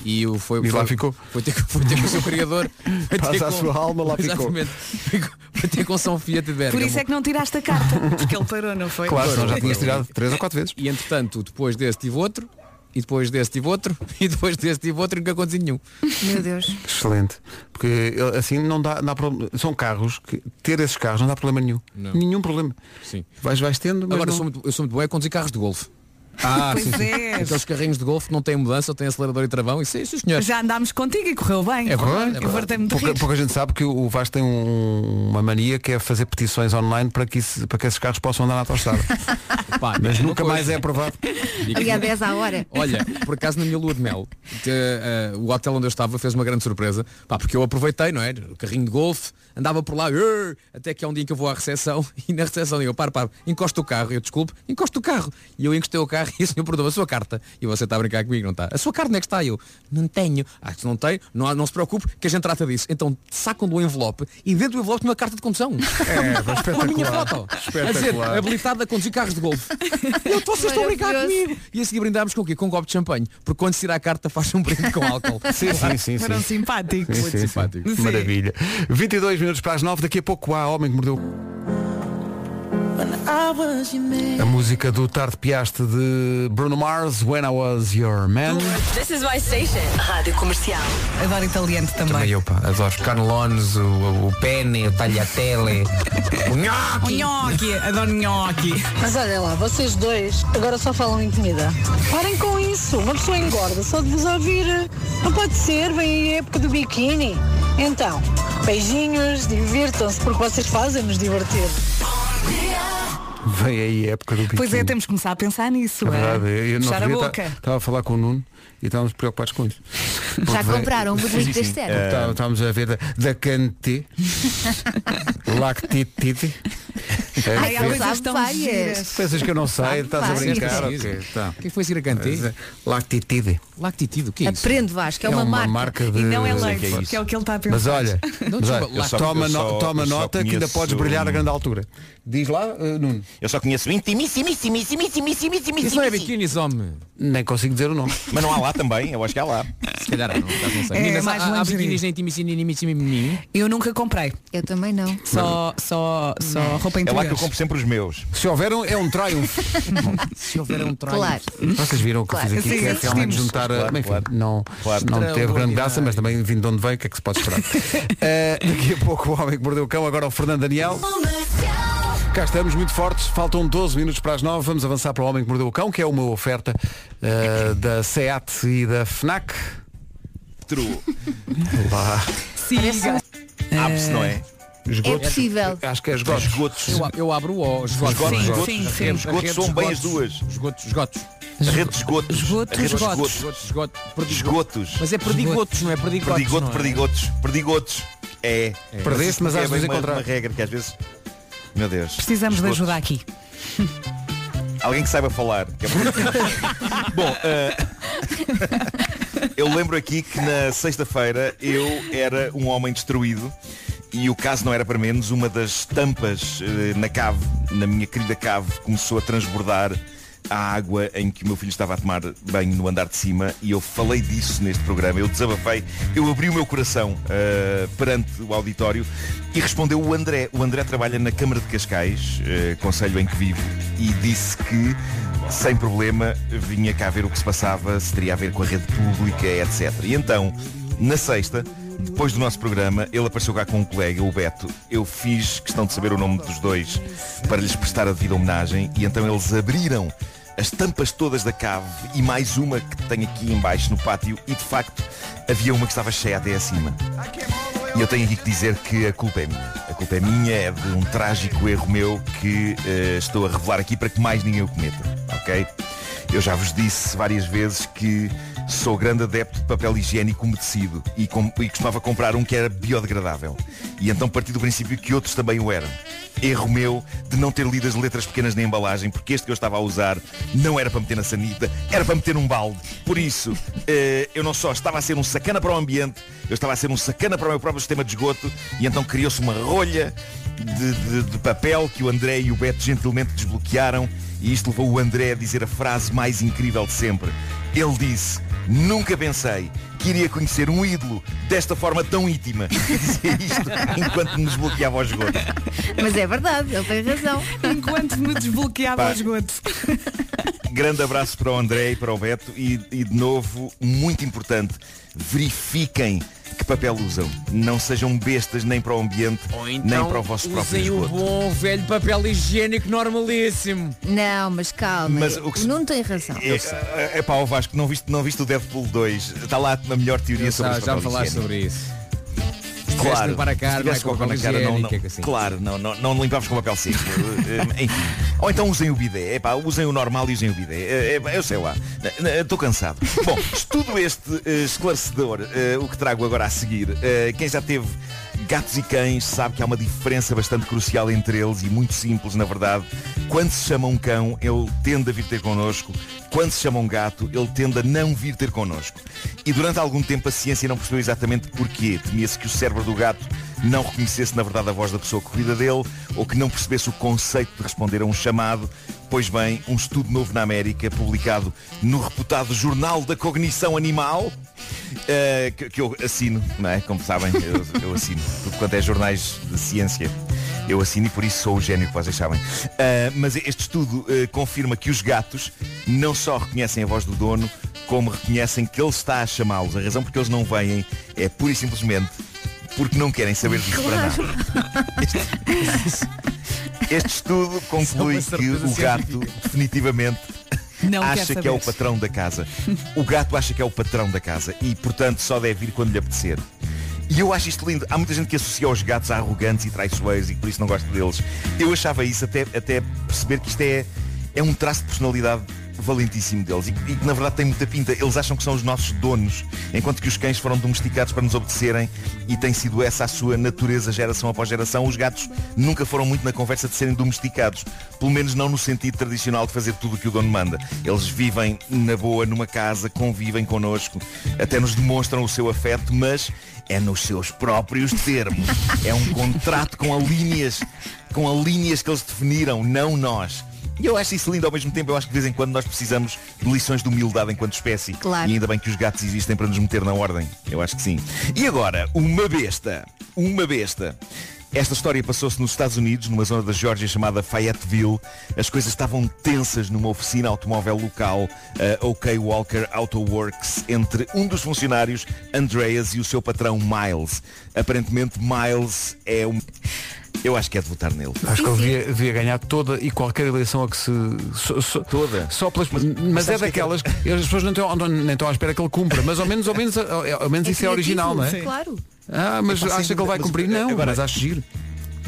Speaker 12: e o- foi,
Speaker 1: E lá
Speaker 12: foi-
Speaker 1: ficou.
Speaker 12: Foi ter, com- foi ter com o seu criador. foi ter
Speaker 1: Passa a
Speaker 12: com-
Speaker 1: sua alma, lá ficou.
Speaker 12: Exatamente. Ficou- Foi ter com São Fiat de Bergamo.
Speaker 3: Por isso é que não tiraste a carta. Porque ele parou, não foi?
Speaker 12: Claro,
Speaker 1: senão já tinhas
Speaker 12: tinha
Speaker 1: tirado três ou quatro vezes.
Speaker 12: E entretanto, depois desse tive outro, e depois desse tive outro, e depois desse tive outro, e nunca aconteceu nenhum.
Speaker 4: Meu Deus.
Speaker 1: Excelente. Porque ele- assim não dá, não há problema. São carros que ter esses carros não dá problema nenhum.
Speaker 12: Não.
Speaker 1: Nenhum problema.
Speaker 12: Sim.
Speaker 1: Vais, vais tendo, mas
Speaker 12: Agora eu
Speaker 1: não-
Speaker 12: sou, muito, eu sou muito bom a conduzir carros de golfe.
Speaker 1: Ah, Pois sim, sim. é.
Speaker 12: Aqueles carrinhos de golfe que não têm mudança, só têm acelerador e travão, isso é isso, senhor.
Speaker 3: Já andámos contigo e correu bem.
Speaker 1: É verdade.
Speaker 3: Eu fartei-me de
Speaker 1: pouca,
Speaker 3: rir.
Speaker 1: pouca gente sabe que o Vasco tem um- uma mania que é fazer petições online para que, isso- para que esses carros possam andar na autostrada.
Speaker 12: Pá,
Speaker 1: Mas
Speaker 12: digo uma
Speaker 1: nunca
Speaker 12: coisa.
Speaker 1: mais é aprovado.
Speaker 12: Digo-
Speaker 4: Ali há 10 à hora.
Speaker 12: Olha, por acaso na minha lua de mel, te- eh, o hotel onde eu estava fez uma grande surpresa, pá, porque eu aproveitei, não é? O carrinho de golfe, andava por lá, "Ur", até que há um dia que eu vou à recepção e na recepção digo, para, para, encosta o carro, eu desculpe, encosta o carro. E eu encostei o carro e o senhor perguntou a sua carta. E você está a brincar comigo, não está? A sua carta onde é que está? Eu, não tenho. Ah, se não tem, não, há- não se preocupe, que a gente trata disso. Então sacam do envelope e dentro do envelope tem uma carta de condução.
Speaker 1: É, pá,
Speaker 12: Com a minha
Speaker 1: espetacular.
Speaker 12: foto. A dizer,
Speaker 1: Espetacular.
Speaker 12: habilitado a conduzir carros de golfe. Eu estou vocês estão a brincar
Speaker 4: Maravilhoso.
Speaker 12: comigo. E a seguir brindámos com o quê? Com um copo de champanhe. Porque quando se tira a carta faz um brinde com álcool.
Speaker 1: Sim, sim, sim, sim.
Speaker 3: Foram simpáticos.
Speaker 1: Sim, sim, sim. Maravilha. 22 minutos para as 9, daqui a pouco há Homem que Mordeu. A música do Tarde Piaste de Bruno Mars, When I Was Your Man.
Speaker 2: This is my station. Rádio Comercial.
Speaker 3: Adoro italiano também.
Speaker 12: eu, pá, adoro. Canelones, o, o pene, o tagliatelle, o
Speaker 3: O nhoque, adoro nhoque.
Speaker 19: Mas olha lá, vocês dois agora só falam em comida. Parem com isso, uma pessoa engorda só de vos ouvir. Não pode ser, vem aí a época do biquíni. Então, beijinhos, divirtam-se, porque vocês fazem-nos divertir.
Speaker 1: Vem aí a época do biquíni.
Speaker 3: Pois é, temos que começar a pensar nisso.
Speaker 1: É
Speaker 3: é?
Speaker 1: verdade, eu não
Speaker 3: Fechar a
Speaker 1: sabia, tá-
Speaker 3: boca.
Speaker 1: Estava a falar com o Nuno e estávamos preocupados com isso.
Speaker 4: Já
Speaker 1: Porque vem-
Speaker 4: compraram
Speaker 1: Sim,
Speaker 4: bonitas
Speaker 1: sim.
Speaker 4: terras?
Speaker 1: Eh, tá- Estávamos a ver da, da Cante, Lactitide, É,
Speaker 4: Ai, há
Speaker 1: sim.
Speaker 4: coisas tão Sabe várias. giras.
Speaker 1: Pensas que eu não sei,
Speaker 4: Sabe
Speaker 1: estás a
Speaker 4: várias.
Speaker 1: brincar?
Speaker 4: Sim, sim.
Speaker 1: Ok, tá.
Speaker 12: O que é que foi seguir a canté?
Speaker 1: Mas, eh, Lactitide.
Speaker 12: Lactitide, o que
Speaker 4: Aprende, Vasco, é, uma, marca.
Speaker 1: de-
Speaker 3: E não é
Speaker 1: Não sei o
Speaker 3: leite,
Speaker 1: que é
Speaker 3: que é,
Speaker 1: isso.
Speaker 3: o que ele está a pensar.
Speaker 1: Mas olha, mas olha,
Speaker 16: desculpa, lá-
Speaker 1: toma,
Speaker 16: eu só-
Speaker 1: no- toma
Speaker 16: eu só
Speaker 1: nota que ainda
Speaker 16: conheço-
Speaker 1: podes brilhar a grande altura. Diz lá, eh, Nuno.
Speaker 16: Eu só conheço
Speaker 12: Isso não é
Speaker 4: assim.
Speaker 12: biquinis, homem.
Speaker 1: Nem consigo dizer o nome.
Speaker 16: Mas não há lá também, eu acho que há lá.
Speaker 12: Se calhar há, não,
Speaker 1: um
Speaker 12: não sei.
Speaker 3: É,
Speaker 12: Meninas,
Speaker 3: mais
Speaker 12: há, há
Speaker 3: lingerie.
Speaker 12: biquinis nem timicini, nem timicini,
Speaker 3: Eu nunca comprei.
Speaker 4: Eu também não.
Speaker 3: Só, só, só roupa
Speaker 16: É lá que
Speaker 3: interior.
Speaker 16: eu compro sempre os meus.
Speaker 1: Se houver um, é um triunfo.
Speaker 12: Se houver um traio.
Speaker 4: Claro.
Speaker 1: Vocês viram o que
Speaker 4: Claro.
Speaker 1: eu fiz
Speaker 4: Sim,
Speaker 1: aqui, que é
Speaker 4: sim,
Speaker 1: realmente
Speaker 4: sim.
Speaker 1: juntar a.
Speaker 16: Claro,
Speaker 1: Bem, enfim,
Speaker 16: claro.
Speaker 1: não,
Speaker 16: Claro.
Speaker 1: não teve grande
Speaker 16: Extraordinário.
Speaker 1: graça, mas também vindo de onde veio, o que é que se pode esperar? Eh, daqui a pouco o homem que mordeu o cão, agora o Fernando Daniel. Cá estamos muito fortes, faltam 12 minutos para as 9, vamos avançar para o Homem que Mordeu o Cão, que é uma oferta eh, da SEAT e da FNAC.
Speaker 16: True.
Speaker 1: Lá. um
Speaker 16: Abre-se, não é?
Speaker 4: É possível.
Speaker 1: Acho que é esgotos.
Speaker 12: Eu, eu abro o O, esgotos.
Speaker 16: Esgotos,
Speaker 12: Sim,
Speaker 16: esgotos,
Speaker 12: sim, sim.
Speaker 16: esgotos, esgotos,
Speaker 12: Rede
Speaker 16: são
Speaker 12: de
Speaker 16: bem as
Speaker 12: esgotos.
Speaker 16: duas.
Speaker 12: Esgotos, esgotos.
Speaker 16: A rede de esgotos.
Speaker 12: Esgotos,
Speaker 16: A rede de
Speaker 12: esgotos.
Speaker 16: esgotos.
Speaker 12: Esgotos,
Speaker 16: Esgotos.
Speaker 12: Mas é perdigotos, não é perdigotos.
Speaker 16: Perdigoto,
Speaker 12: não é?
Speaker 16: perdigotos, perdigotos. É.
Speaker 1: Perdeste, mas às
Speaker 16: é bem
Speaker 1: vezes
Speaker 16: uma,
Speaker 1: encontrar.
Speaker 16: uma regra que às vezes. Meu Deus.
Speaker 3: Precisamos de
Speaker 16: Esgotos.
Speaker 3: ajuda aqui.
Speaker 16: Alguém que saiba falar. que é bom. Bom, eh, eu lembro aqui que na sexta-feira eu era um homem destruído e o caso não era para menos. Uma das tampas eh, na cave, na minha querida cave, começou a transbordar a água em que o meu filho estava a tomar banho no andar de cima e eu falei disso neste programa, eu desabafei, eu abri o meu coração eh, perante o auditório e respondeu o André. O André trabalha na Câmara de Cascais, eh, conselho em que vivo, e disse que sem problema vinha cá ver o que se passava, se teria a ver com a rede pública, etc. E então, na sexta, depois do nosso programa, ele apareceu cá com um colega, o Beto. Eu fiz questão de saber o nome dos dois para lhes prestar a devida homenagem e então eles abriram as tampas todas da cave e mais uma que tem aqui embaixo no pátio e de facto havia uma que estava cheia até acima. E eu tenho aqui que dizer que a culpa é minha. A culpa é minha, é de um trágico erro meu que eh, estou a revelar aqui para que mais ninguém o cometa, ok? Eu já vos disse várias vezes que sou grande adepto de papel higiênico umedecido e, com, e costumava comprar um que era biodegradável. E então parti do princípio que outros também o eram. Erro meu de não ter lido as letras pequenas na embalagem, porque este que eu estava a usar não era para meter na sanita, era para meter num balde. Por isso, eh, eu não só estava a ser um sacana para o ambiente, eu estava a ser um sacana para o meu próprio sistema de esgoto e então criou-se uma rolha de, de- de papel que o André e o Beto gentilmente desbloquearam e isto levou o André a dizer a frase mais incrível de sempre. Ele disse, nunca pensei que iria conhecer um ídolo desta forma tão íntima. E dizia isto enquanto nos bloqueava os esgoto.
Speaker 4: Mas é verdade, ele tem razão.
Speaker 3: Enquanto me desbloqueava
Speaker 16: Pá.
Speaker 3: o esgoto.
Speaker 16: Grande abraço para o André e para o Beto e, e, de novo, muito importante, verifiquem que papel usam. Não sejam bestas nem para o ambiente, nem para o vosso próprio
Speaker 12: então usem o
Speaker 16: esgoto.
Speaker 12: bom velho papel higiênico normalíssimo.
Speaker 4: Não, mas calma.
Speaker 16: Mas o que se-
Speaker 4: Não tem razão.
Speaker 16: É, é, é pá, o Vasco, não viste, não viste o Deadpool 2. Está lá a melhor teoria sobre
Speaker 12: já
Speaker 16: esse
Speaker 12: já
Speaker 16: papel
Speaker 12: falaste
Speaker 16: higiênico.
Speaker 12: sobre isso.
Speaker 16: Claro,
Speaker 12: limpar a cara, não é
Speaker 16: se tivesse
Speaker 12: com
Speaker 16: cocó na
Speaker 12: papel
Speaker 16: cara, não, não,
Speaker 12: higiênico, é assim.
Speaker 16: claro, não, não, não limpavas com papel seco. Eh, Enfim. Ou então usem o bidé, Epá, usem o normal e usem o bidé. Eh, eh, Eu sei lá, estou cansado. Bom, estudo este eh, esclarecedor, eh, o que trago agora a seguir. Eh, Quem já teve gatos e cães sabe que há uma diferença bastante crucial entre eles e muito simples, na verdade. Quando se chama um cão, ele tende a vir ter connosco. Quando se chama um gato, ele tende a não vir ter connosco. E durante algum tempo a ciência não percebeu exatamente porquê. Temia-se que o cérebro do gato não reconhecesse na verdade a voz da pessoa que cuida dele ou que não percebesse o conceito de responder a um chamado. Pois bem, um estudo novo na América, publicado no reputado Jornal da Cognição Animal, eh, que, que eu assino, não é? Como sabem, eu, eu assino. Tudo quanto é jornais de ciência, eu assino e por isso sou o gênio que vocês sabem. Eh, mas este estudo eh, confirma que os gatos não só reconhecem a voz do dono, como reconhecem que ele está a chamá-los. A razão porque eles não vêm é pura e simplesmente porque não querem saber disso para nada.
Speaker 4: é
Speaker 16: Este, este estudo conclui
Speaker 12: Isso é
Speaker 16: que
Speaker 12: uma
Speaker 16: o
Speaker 12: certeza
Speaker 16: gato definitivamente
Speaker 3: Não quer
Speaker 16: acha que é
Speaker 3: saber.
Speaker 16: o patrão da casa. O gato acha que é o patrão da casa e, portanto, só deve vir quando lhe apetecer. E eu acho isto lindo. Há muita gente que associa os gatos a arrogantes e traiçoeiros e que por isso não gosta deles. Eu achava isso até, até perceber que isto é, é um traço de personalidade valentíssimo deles e que, e que, na verdade tem muita pinta. Eles acham que são os nossos donos, enquanto que os cães foram domesticados para nos obedecerem e tem sido essa a sua natureza geração após geração. Os gatos nunca foram muito na conversa de serem domesticados, pelo menos não no sentido tradicional de fazer tudo o que o dono manda. Eles vivem na boa numa casa, convivem connosco, até nos demonstram o seu afeto, mas é nos seus próprios termos. É um contrato com a linhas, com a linhas que eles definiram, não nós. E eu acho isso lindo ao mesmo tempo, eu acho que de vez em quando nós precisamos de lições de humildade enquanto espécie.
Speaker 4: Claro.
Speaker 16: E ainda bem que os gatos existem para nos meter na ordem. Eu acho que sim. E agora, uma besta. Uma besta. Esta história passou-se nos Estados Unidos, numa zona da Geórgia chamada Fayetteville. As coisas estavam tensas numa oficina automóvel local, a OK Walker Auto Works, entre um dos funcionários, Andreas, e o seu patrão, Miles. Aparentemente, Miles é um... Eu acho que é de votar nele.
Speaker 1: Acho que ele devia, devia ganhar toda e qualquer eleição a que se. Só,
Speaker 16: Toda.
Speaker 1: só pelas, mas é
Speaker 16: sabes o que é
Speaker 1: daquelas que as pessoas não estão, não- nem estão à espera que ele cumpra, mas ao menos, ao menos, ao, ao menos isso é original, não é?
Speaker 4: Claro.
Speaker 1: Ah, mas
Speaker 16: Epá,
Speaker 1: acha
Speaker 16: sim,
Speaker 1: que ele vai
Speaker 16: mas-
Speaker 1: cumprir? Não,
Speaker 16: agora-
Speaker 1: mas acho giro.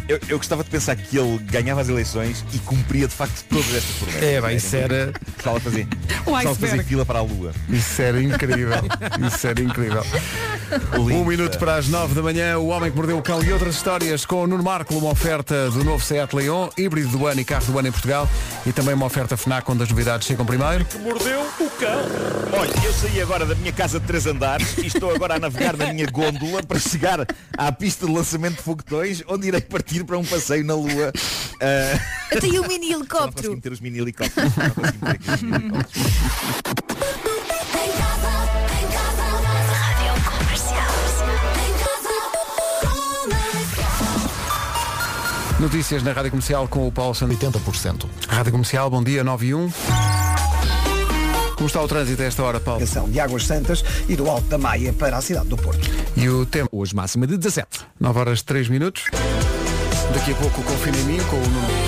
Speaker 16: Eu, eu gostava de pensar que ele ganhava as eleições e cumpria de facto todas estas promessas.
Speaker 1: É, vai, isso era-
Speaker 16: Só fazer,
Speaker 1: O
Speaker 16: só fazer
Speaker 1: iceberg.
Speaker 16: fila para a Lua.
Speaker 1: Isso era incrível. Isso era incrível. Um minuto para as nove da manhã, o homem que mordeu o cão e outras histórias com o Nuno Marco, uma oferta do novo Seat Leon, híbrido do ano e carro do ano em Portugal e também uma oferta FNAC onde as novidades chegam primeiro.
Speaker 16: Mordeu o cão. Olha, eu saí agora da minha casa de três andares e estou agora a navegar na minha gôndola para chegar à pista de lançamento de foguetões, onde irei partir para um passeio na Lua. Ah,
Speaker 4: Eu tenho um
Speaker 16: só
Speaker 4: mini
Speaker 16: Não consegui
Speaker 4: helicóptero.
Speaker 16: meter os mini helicópteros. não consegui meter aqui os mini helicópteros.
Speaker 2: Rádio Comercial.
Speaker 1: Notícias na Rádio Comercial com o Paulo Santos. 80%. Rádio Comercial, bom dia, 9 e 1. Como está o trânsito a esta hora, Paulo?
Speaker 11: De Águas Santas e do Alto da Maia para a cidade do Porto.
Speaker 1: E o tempo? Hoje máxima de 17. 9 horas 3 minutos. Daqui a pouco confina em mim com o Nuno.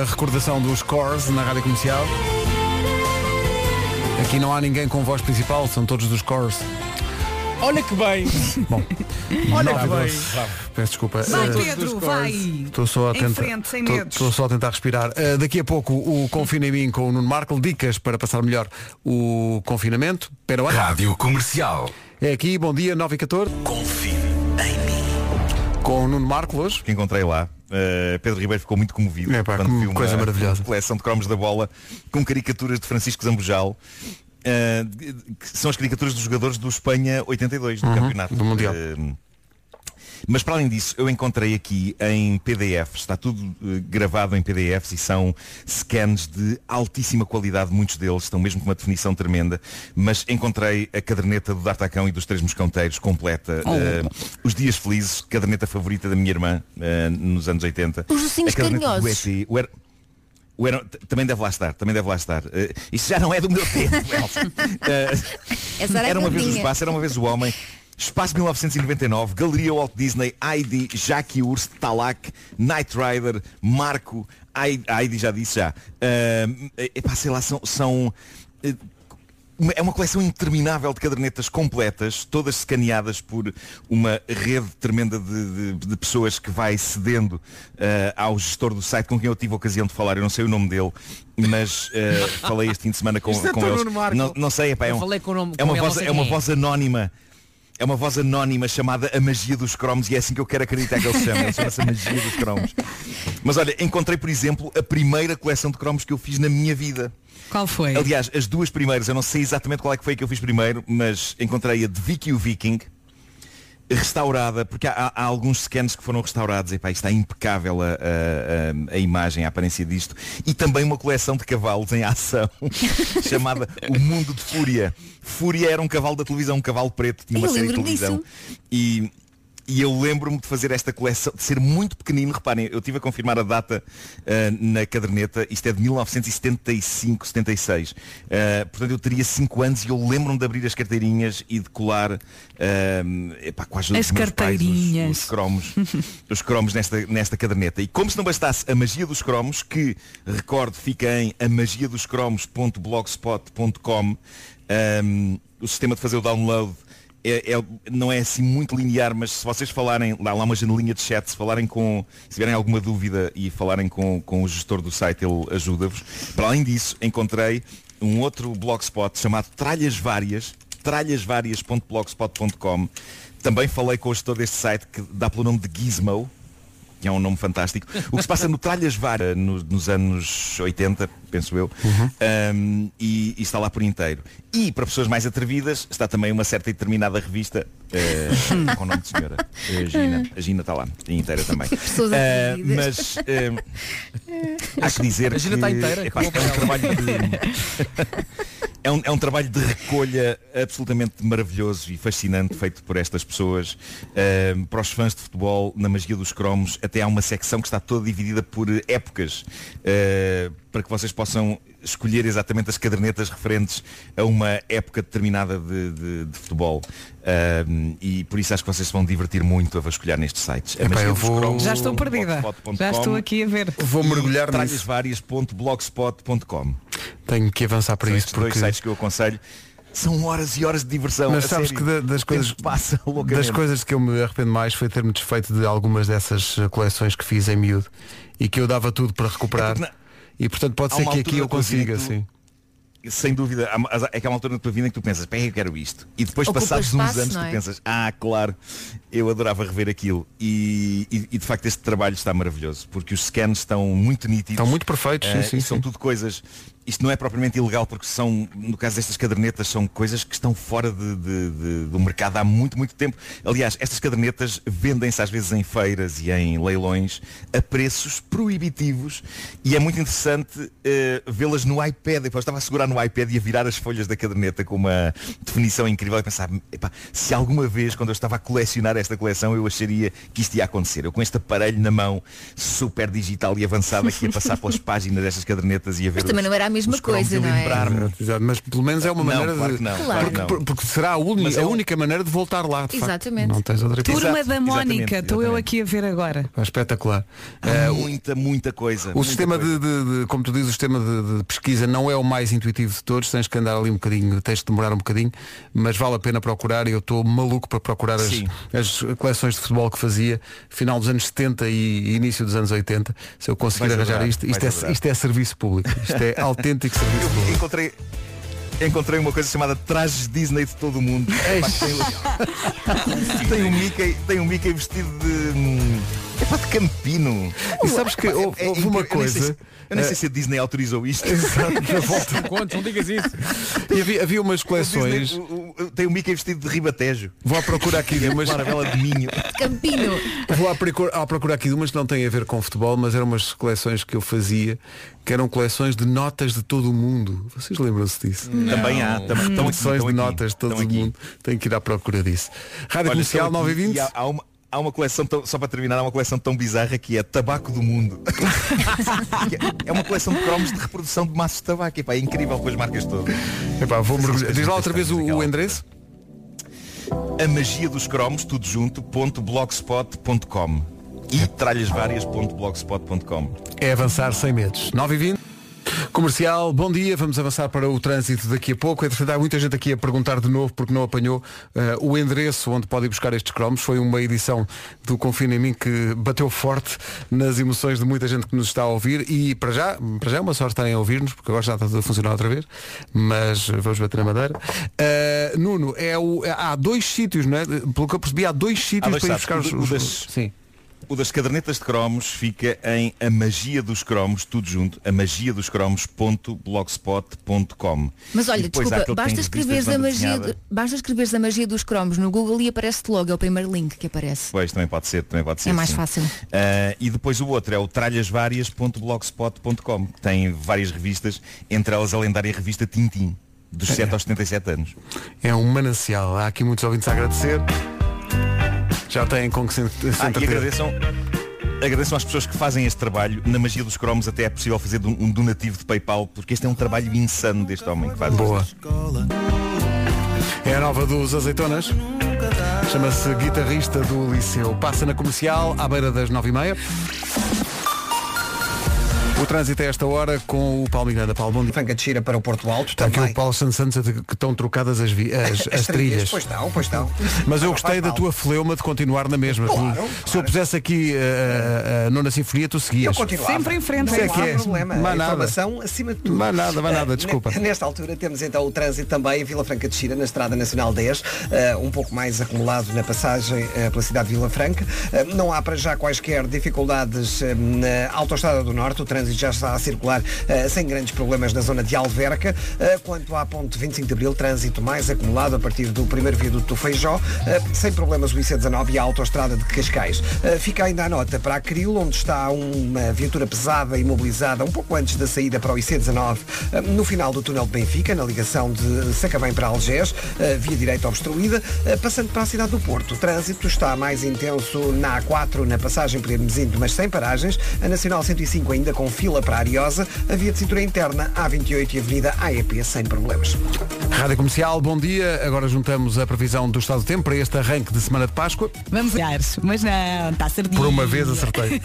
Speaker 1: A recordação dos Cores na Rádio Comercial. Aqui não há ninguém com voz principal, são todos dos Cores.
Speaker 5: Olha que bem.
Speaker 1: Bom,
Speaker 5: Olha
Speaker 1: nove e
Speaker 5: que bem.
Speaker 1: doze. Peço desculpa.
Speaker 5: Vai,
Speaker 1: Eh,
Speaker 5: Pedro, vai.
Speaker 1: Estou só a
Speaker 5: Em
Speaker 1: tentar.
Speaker 5: frente, sem
Speaker 1: estou-
Speaker 5: medos.
Speaker 1: estou só a tentar respirar. Eh, daqui a pouco o Confina em mim com o Nuno Marco. Dicas para passar melhor o confinamento. Pero...
Speaker 15: Rádio Comercial.
Speaker 1: É aqui, bom dia, 9 e 14. Com o Nuno Marco hoje.
Speaker 16: Que encontrei lá. Uh, Pedro Ribeiro ficou muito comovido
Speaker 1: É pá,
Speaker 16: quando
Speaker 1: que
Speaker 16: viu uma
Speaker 1: coisa maravilhosa.
Speaker 16: coleção de cromos da bola com caricaturas de Francisco Zambojal. uh, de- de- que são as caricaturas dos jogadores do Espanha 82 do
Speaker 1: Uhum,
Speaker 16: campeonato
Speaker 1: do Mundial.
Speaker 16: Uh, mas para além disso, eu encontrei aqui em PDF, está tudo eh, gravado em PDFs e são scans de altíssima qualidade, muitos deles estão mesmo com uma definição tremenda, mas encontrei a caderneta do D'Artacão e dos Três Moscanteiros completa.
Speaker 4: Oh.
Speaker 16: eh, os Dias Felizes, caderneta favorita da minha irmã eh, nos anos 80.
Speaker 4: Os ursinhos
Speaker 16: A caderneta do
Speaker 4: carinhosos.
Speaker 16: ET, o Her- o Her- t- também deve lá estar, também deve lá estar. Eh, isso já não é do meu tempo, Elsa. Eh,
Speaker 4: Essa era a
Speaker 16: uma vez o
Speaker 4: cantinha.
Speaker 16: espaço, era uma vez o homem. Espaço 1999, Galeria Walt Disney, Heidi, Jackie Urs, Talak, Knight Rider, Marco, Heidi, Heidi já disse já. Ahm, epá, sei lá, são. são, eh, uma- é uma coleção interminável de cadernetas completas, todas escaneadas por uma rede tremenda de, de- de pessoas que vai cedendo eh, ao gestor do site com quem eu tive a ocasião de falar. Eu não sei o nome dele, mas eh, falei este fim de semana com,
Speaker 12: Isto é
Speaker 16: com
Speaker 12: tão
Speaker 16: eles.
Speaker 12: Nuno Marco.
Speaker 16: Não, não sei, epá, é
Speaker 12: Eu
Speaker 16: um-
Speaker 12: falei com o nome-
Speaker 16: é uma
Speaker 12: com ele,
Speaker 16: voz,
Speaker 12: não sei
Speaker 16: é uma
Speaker 12: quem é.
Speaker 16: voz anónima. É uma voz anónima chamada A Magia dos Cromos e é assim que eu quero acreditar que ele se chama. Ele chama-se A Magia dos Cromos. Mas olha, encontrei, por exemplo, a primeira coleção de cromos que eu fiz na minha vida.
Speaker 3: Qual foi?
Speaker 16: Aliás, as duas primeiras, eu não sei exatamente qual é que foi que eu fiz primeiro, mas encontrei a de Vicky o Viking, restaurada, porque há, há- há alguns scans que foram restaurados, e pá, está impecável a, a- a- a imagem, a aparência disto, e também uma coleção de cavalos em ação, chamada O Mundo de Fúria. Fúria era um cavalo da televisão, um cavalo preto, tinha uma
Speaker 4: Eu
Speaker 16: série de
Speaker 4: lembro-me
Speaker 16: televisão. E e eu lembro-me de fazer esta coleção, de ser muito pequenino. Reparem, eu tive a confirmar a data ah, na caderneta. Isto é de 1975, 76. Ah, portanto, eu teria 5 anos e eu lembro-me de abrir as carteirinhas e de colar ah, epá, com a ajuda
Speaker 3: As
Speaker 16: dos meus pais, os-
Speaker 3: carteirinhas.
Speaker 16: os cromos os cromos nesta, nesta caderneta. E como se não bastasse a magia dos cromos, que, recordo, fica em amagiadoscromos.blogspot.com, hum, o sistema de fazer o download é, é- não é assim muito linear, mas se vocês falarem, lá, lá uma janelinha de chat, se falarem com, se tiverem alguma dúvida e falarem com, com o gestor do site, ele ajuda-vos. Para além disso, encontrei um outro blogspot chamado Tralhas Várias, tralhasvárias.blogspot.com. Também falei com o gestor deste site que dá pelo nome de Gizmo, que é um nome fantástico. O que se passa no Tralhas Vara no- nos anos 80, penso eu,
Speaker 2: Uhum.
Speaker 16: um, e, e está lá por inteiro. E para pessoas mais atrevidas está também uma certa e determinada revista eh, com o nome de senhora. Eh, Gina. A Gina está lá, inteira também.
Speaker 2: Pessoas
Speaker 16: Eh,
Speaker 2: atrevidas.
Speaker 16: mas eh, há que dizer
Speaker 12: A Gina
Speaker 16: que
Speaker 12: está inteira,
Speaker 16: epá,
Speaker 12: como
Speaker 16: é um trabalho de, é um, é um trabalho de recolha absolutamente maravilhoso e fascinante feito por estas pessoas. Ahm, para os fãs de futebol, na magia dos cromos, até há uma secção que está toda dividida por eh, épocas, ah, para que vocês possam escolher exatamente as cadernetas referentes a uma época determinada de, de- de futebol. Ahm, e por isso acho que vocês se vão divertir muito a vasculhar nestes sites. A
Speaker 1: Epá,
Speaker 16: magia
Speaker 1: eu
Speaker 16: dos
Speaker 1: vou-
Speaker 16: cromos,
Speaker 3: Já estou perdida.
Speaker 16: blogspot.com,
Speaker 3: Já estou aqui a ver.
Speaker 1: Vou mergulhar nisso.
Speaker 16: tralhasvarias.blogspot.com
Speaker 1: Tenho que avançar para
Speaker 16: São
Speaker 1: isso
Speaker 16: estes dois
Speaker 1: porque
Speaker 16: sites que eu aconselho. São horas e horas de diversão.
Speaker 1: Mas
Speaker 16: a
Speaker 1: sabes
Speaker 16: sério.
Speaker 1: que da- das
Speaker 16: O tempo
Speaker 1: coisas
Speaker 16: passa loucamente.
Speaker 1: das coisas que eu me arrependo mais foi ter-me desfeito de algumas dessas eh, coleções que fiz em miúdo e que eu dava tudo para recuperar. E portanto pode
Speaker 16: É Há
Speaker 1: ser
Speaker 16: uma
Speaker 1: que
Speaker 16: altura
Speaker 1: aqui eu
Speaker 16: da tua vida
Speaker 1: consiga,
Speaker 16: que tu-
Speaker 1: sim.
Speaker 16: Sem dúvida, há- há- é que há uma altura da tua vida em que tu pensas, bem, eu quero isto. E depois,
Speaker 1: Ocupa
Speaker 16: passados
Speaker 1: espaço,
Speaker 16: uns anos,
Speaker 1: não é?
Speaker 16: tu pensas, ah, claro, eu adorava rever aquilo. E, e- e, de facto este trabalho está maravilhoso, porque os scans estão muito nítidos.
Speaker 1: Estão muito perfeitos, sim,
Speaker 16: eh,
Speaker 1: sim,
Speaker 16: e são
Speaker 1: sim.
Speaker 16: tudo coisas. Isto não é propriamente ilegal, porque são, no caso destas cadernetas, são coisas que estão fora de- de- de- do mercado há muito, muito tempo. Aliás, estas cadernetas vendem-se às vezes em feiras e em leilões a preços proibitivos e é muito interessante eh, vê-las no iPad. Eu estava a segurar no iPad e a virar as folhas da caderneta com uma definição incrível e pensar, "Epá, se alguma vez quando eu estava a colecionar esta coleção eu acharia que isto ia acontecer. Eu com este aparelho na mão, super digital e avançado aqui a passar pelas páginas destas cadernetas e a ver
Speaker 4: Mas também
Speaker 16: os-
Speaker 4: não era a mesma
Speaker 16: os cromos
Speaker 4: coisa,
Speaker 16: e
Speaker 4: não é?
Speaker 16: lembrar-me.
Speaker 1: Exato, mas pelo menos é uma
Speaker 16: Não,
Speaker 1: maneira
Speaker 16: claro
Speaker 1: de.
Speaker 16: que não,
Speaker 1: porque,
Speaker 4: claro que não.
Speaker 1: por- porque será a, uni-
Speaker 16: Mas é
Speaker 1: a
Speaker 16: um-
Speaker 1: única maneira de voltar lá. tá de facto.
Speaker 4: Exatamente.
Speaker 1: Não tens outra hipótese.
Speaker 3: Turma da Mónica, estou eu aqui a ver agora.
Speaker 1: Pá, Espetacular.
Speaker 4: é-
Speaker 1: Eh,
Speaker 16: Há Ah, Eh, muita, muita coisa.
Speaker 1: O
Speaker 16: muita
Speaker 1: sistema
Speaker 16: coisa.
Speaker 1: de, de- de- como tu dizes, o sistema de, de pesquisa não é o mais intuitivo de todos, tens que andar ali um bocadinho, tens de demorar um bocadinho, mas vale a pena procurar e eu estou maluco para procurar as,
Speaker 16: Sim.
Speaker 1: as coleções de futebol que fazia, final dos anos 70 e início dos anos 80, se eu conseguir
Speaker 16: Vais
Speaker 1: arranjar
Speaker 16: adorar,
Speaker 1: isto,
Speaker 16: vais
Speaker 1: isto é,
Speaker 16: adorar.
Speaker 1: isto é serviço público, isto é autêntico serviço público.
Speaker 16: Eu encontrei, encontrei uma coisa chamada trajes Disney de todo o mundo. Epá, tem, tem um Mickey, tem um Mickey vestido de. hum, Epá, de campino. é,
Speaker 1: E sabes que houve- houve uma
Speaker 16: incrível. Eu nem sei
Speaker 1: coisa,
Speaker 16: se- Eu nem sei
Speaker 1: eh,
Speaker 16: se a Disney autorizou isto.
Speaker 1: Exato, na volta. Não
Speaker 16: conto, não digas isso.
Speaker 1: E havia, havia umas coleções.
Speaker 16: tem o Mickey vestido de ribatejo.
Speaker 1: Vou à procura aqui de umas.
Speaker 16: Larvela É de minho.
Speaker 4: Campino.
Speaker 1: Vou à procura, à procura aqui de umas que não têm a ver com futebol, mas eram umas coleções que eu fazia, que eram coleções de notas de todo o mundo. Vocês lembram-se disso?
Speaker 16: Não. Também há, tam- estão aqui,
Speaker 1: coleções
Speaker 16: estão
Speaker 1: de
Speaker 16: aqui,
Speaker 1: notas de todo o mundo. Tenho que ir à procura disso. Rádio
Speaker 16: Olha,
Speaker 1: Comercial
Speaker 16: estão aqui
Speaker 1: 9 e 20.
Speaker 16: e Há, há uma, há uma coleção, tão- só para terminar, há uma coleção tão bizarra que é Tabaco do Mundo. é uma coleção de cromos de reprodução de maços de tabaco. Epá, é incrível com as marcas todas.
Speaker 1: Epá, vou mergulhar. Diz lá outra vez o, o endereço.
Speaker 16: A magia dos cromos, tudo junto, ponto blogspot.com e tralhasvarias.blogspot.com
Speaker 1: É avançar sem medos. 9 e 20. Comercial, bom dia, vamos avançar para o trânsito daqui a pouco. Entretanto, há muita gente aqui a perguntar de novo porque não apanhou eh, o endereço onde pode ir buscar estes cromos. Foi uma edição do Confina em mim que bateu forte nas emoções de muita gente que nos está a ouvir e para já, para já é uma sorte estarem a ouvir-nos, porque agora já está tudo a funcionar outra vez, mas eh, vamos bater na madeira. Eh, Nuno, é o, há dois sítios, não é? Pelo que eu percebi, há dois sítios
Speaker 16: dois
Speaker 1: para ir
Speaker 16: sites.
Speaker 1: buscar os,
Speaker 16: O- o
Speaker 1: os,
Speaker 16: das-
Speaker 1: Sim.
Speaker 16: O das cadernetas de cromos fica em a magia dos cromos, tudo junto, a magia dos cromos.blogspot.com.
Speaker 4: Mas
Speaker 16: E
Speaker 4: olha,
Speaker 16: depois há
Speaker 4: desculpa,
Speaker 16: aquele que tem
Speaker 4: basta escreveres
Speaker 16: revistas
Speaker 4: a
Speaker 16: de banda
Speaker 4: magia,
Speaker 16: desenhada.
Speaker 4: do- basta escreveres a magia dos cromos no Google e aparece-te logo, é o primeiro link que aparece.
Speaker 16: Pois, também pode ser, também pode ser.
Speaker 4: É mais
Speaker 16: sim.
Speaker 4: fácil.
Speaker 16: Ah, e depois o outro é o tralhasvarias.blogspot.com, que tem várias revistas, entre elas a lendária revista Tintim, dos 7 aos 77 anos.
Speaker 1: É um manancial. Há aqui muitos ouvintes a agradecer. Já têm com que se se
Speaker 16: Ah, e
Speaker 1: entreter.
Speaker 16: agradeçam, agradeçam às pessoas que fazem este trabalho. Na magia dos cromos até é possível fazer de um um donativo de PayPal, porque este é um trabalho insano deste homem que faz. Boa.
Speaker 1: É a nova dos Azeitonas. Chama-se Guitarrista do Liceu. Passa na comercial à beira das 9h30. O trânsito é esta hora com o Paulo Miranda. Paulo, bom dia.
Speaker 11: Franca de Xira para o Porto Alto.
Speaker 1: Está aqui o Paulo Santos Santos a dizer que estão trocadas as, vi- as, as trilhas.
Speaker 11: Pois não, pois não.
Speaker 1: Mas eu
Speaker 11: Não
Speaker 1: gostei
Speaker 11: faz
Speaker 1: da
Speaker 11: mal.
Speaker 1: tua fleuma de continuar na mesma. Tu-
Speaker 11: Claro,
Speaker 1: Se eu pusesse aqui eh, a, a nona sinfonia, tu seguias.
Speaker 11: Eu Então continuava.
Speaker 3: Sempre em frente.
Speaker 11: Não
Speaker 1: Isso é
Speaker 11: há
Speaker 1: que é.
Speaker 11: problema.
Speaker 1: Má
Speaker 11: a
Speaker 1: nada.
Speaker 11: informação acima de tudo.
Speaker 1: Má nada, má nada,
Speaker 11: Eh,
Speaker 1: desculpa.
Speaker 11: ne- Nesta altura temos então o trânsito também em Vila Franca de Xira, na Estrada Nacional 10, eh, um pouco mais acumulado na passagem eh, pela cidade de Vila Franca. Eh, Não há para já quaisquer dificuldades eh, na Autoestrada do Norte, o trânsito já está a circular eh, sem grandes problemas na zona de Alverca. Eh, Quanto à ponte 25 de Abril, trânsito mais acumulado a partir do primeiro viaduto do Feijó, eh, sem problemas o IC19 e a Autoestrada de Cascais. Eh, Fica ainda a nota para Acril, onde está uma viatura pesada imobilizada um pouco antes da saída para o IC19, eh, no final do túnel de Benfica, na ligação de Sacavém para Algés, eh, via direita obstruída, eh, passando para a cidade do Porto. O trânsito está mais intenso na A4, na passagem por Hermesinde, mas sem paragens. A Nacional 105 ainda com fila para a Ariosa, a via de cintura interna A28 e a Avenida AEP sem problemas.
Speaker 1: Rádio Comercial, bom dia. Agora juntamos a previsão do estado do tempo para este arranque de semana de Páscoa.
Speaker 3: Vamos olhar, mas não, está certinho.
Speaker 1: Por uma vez acertei.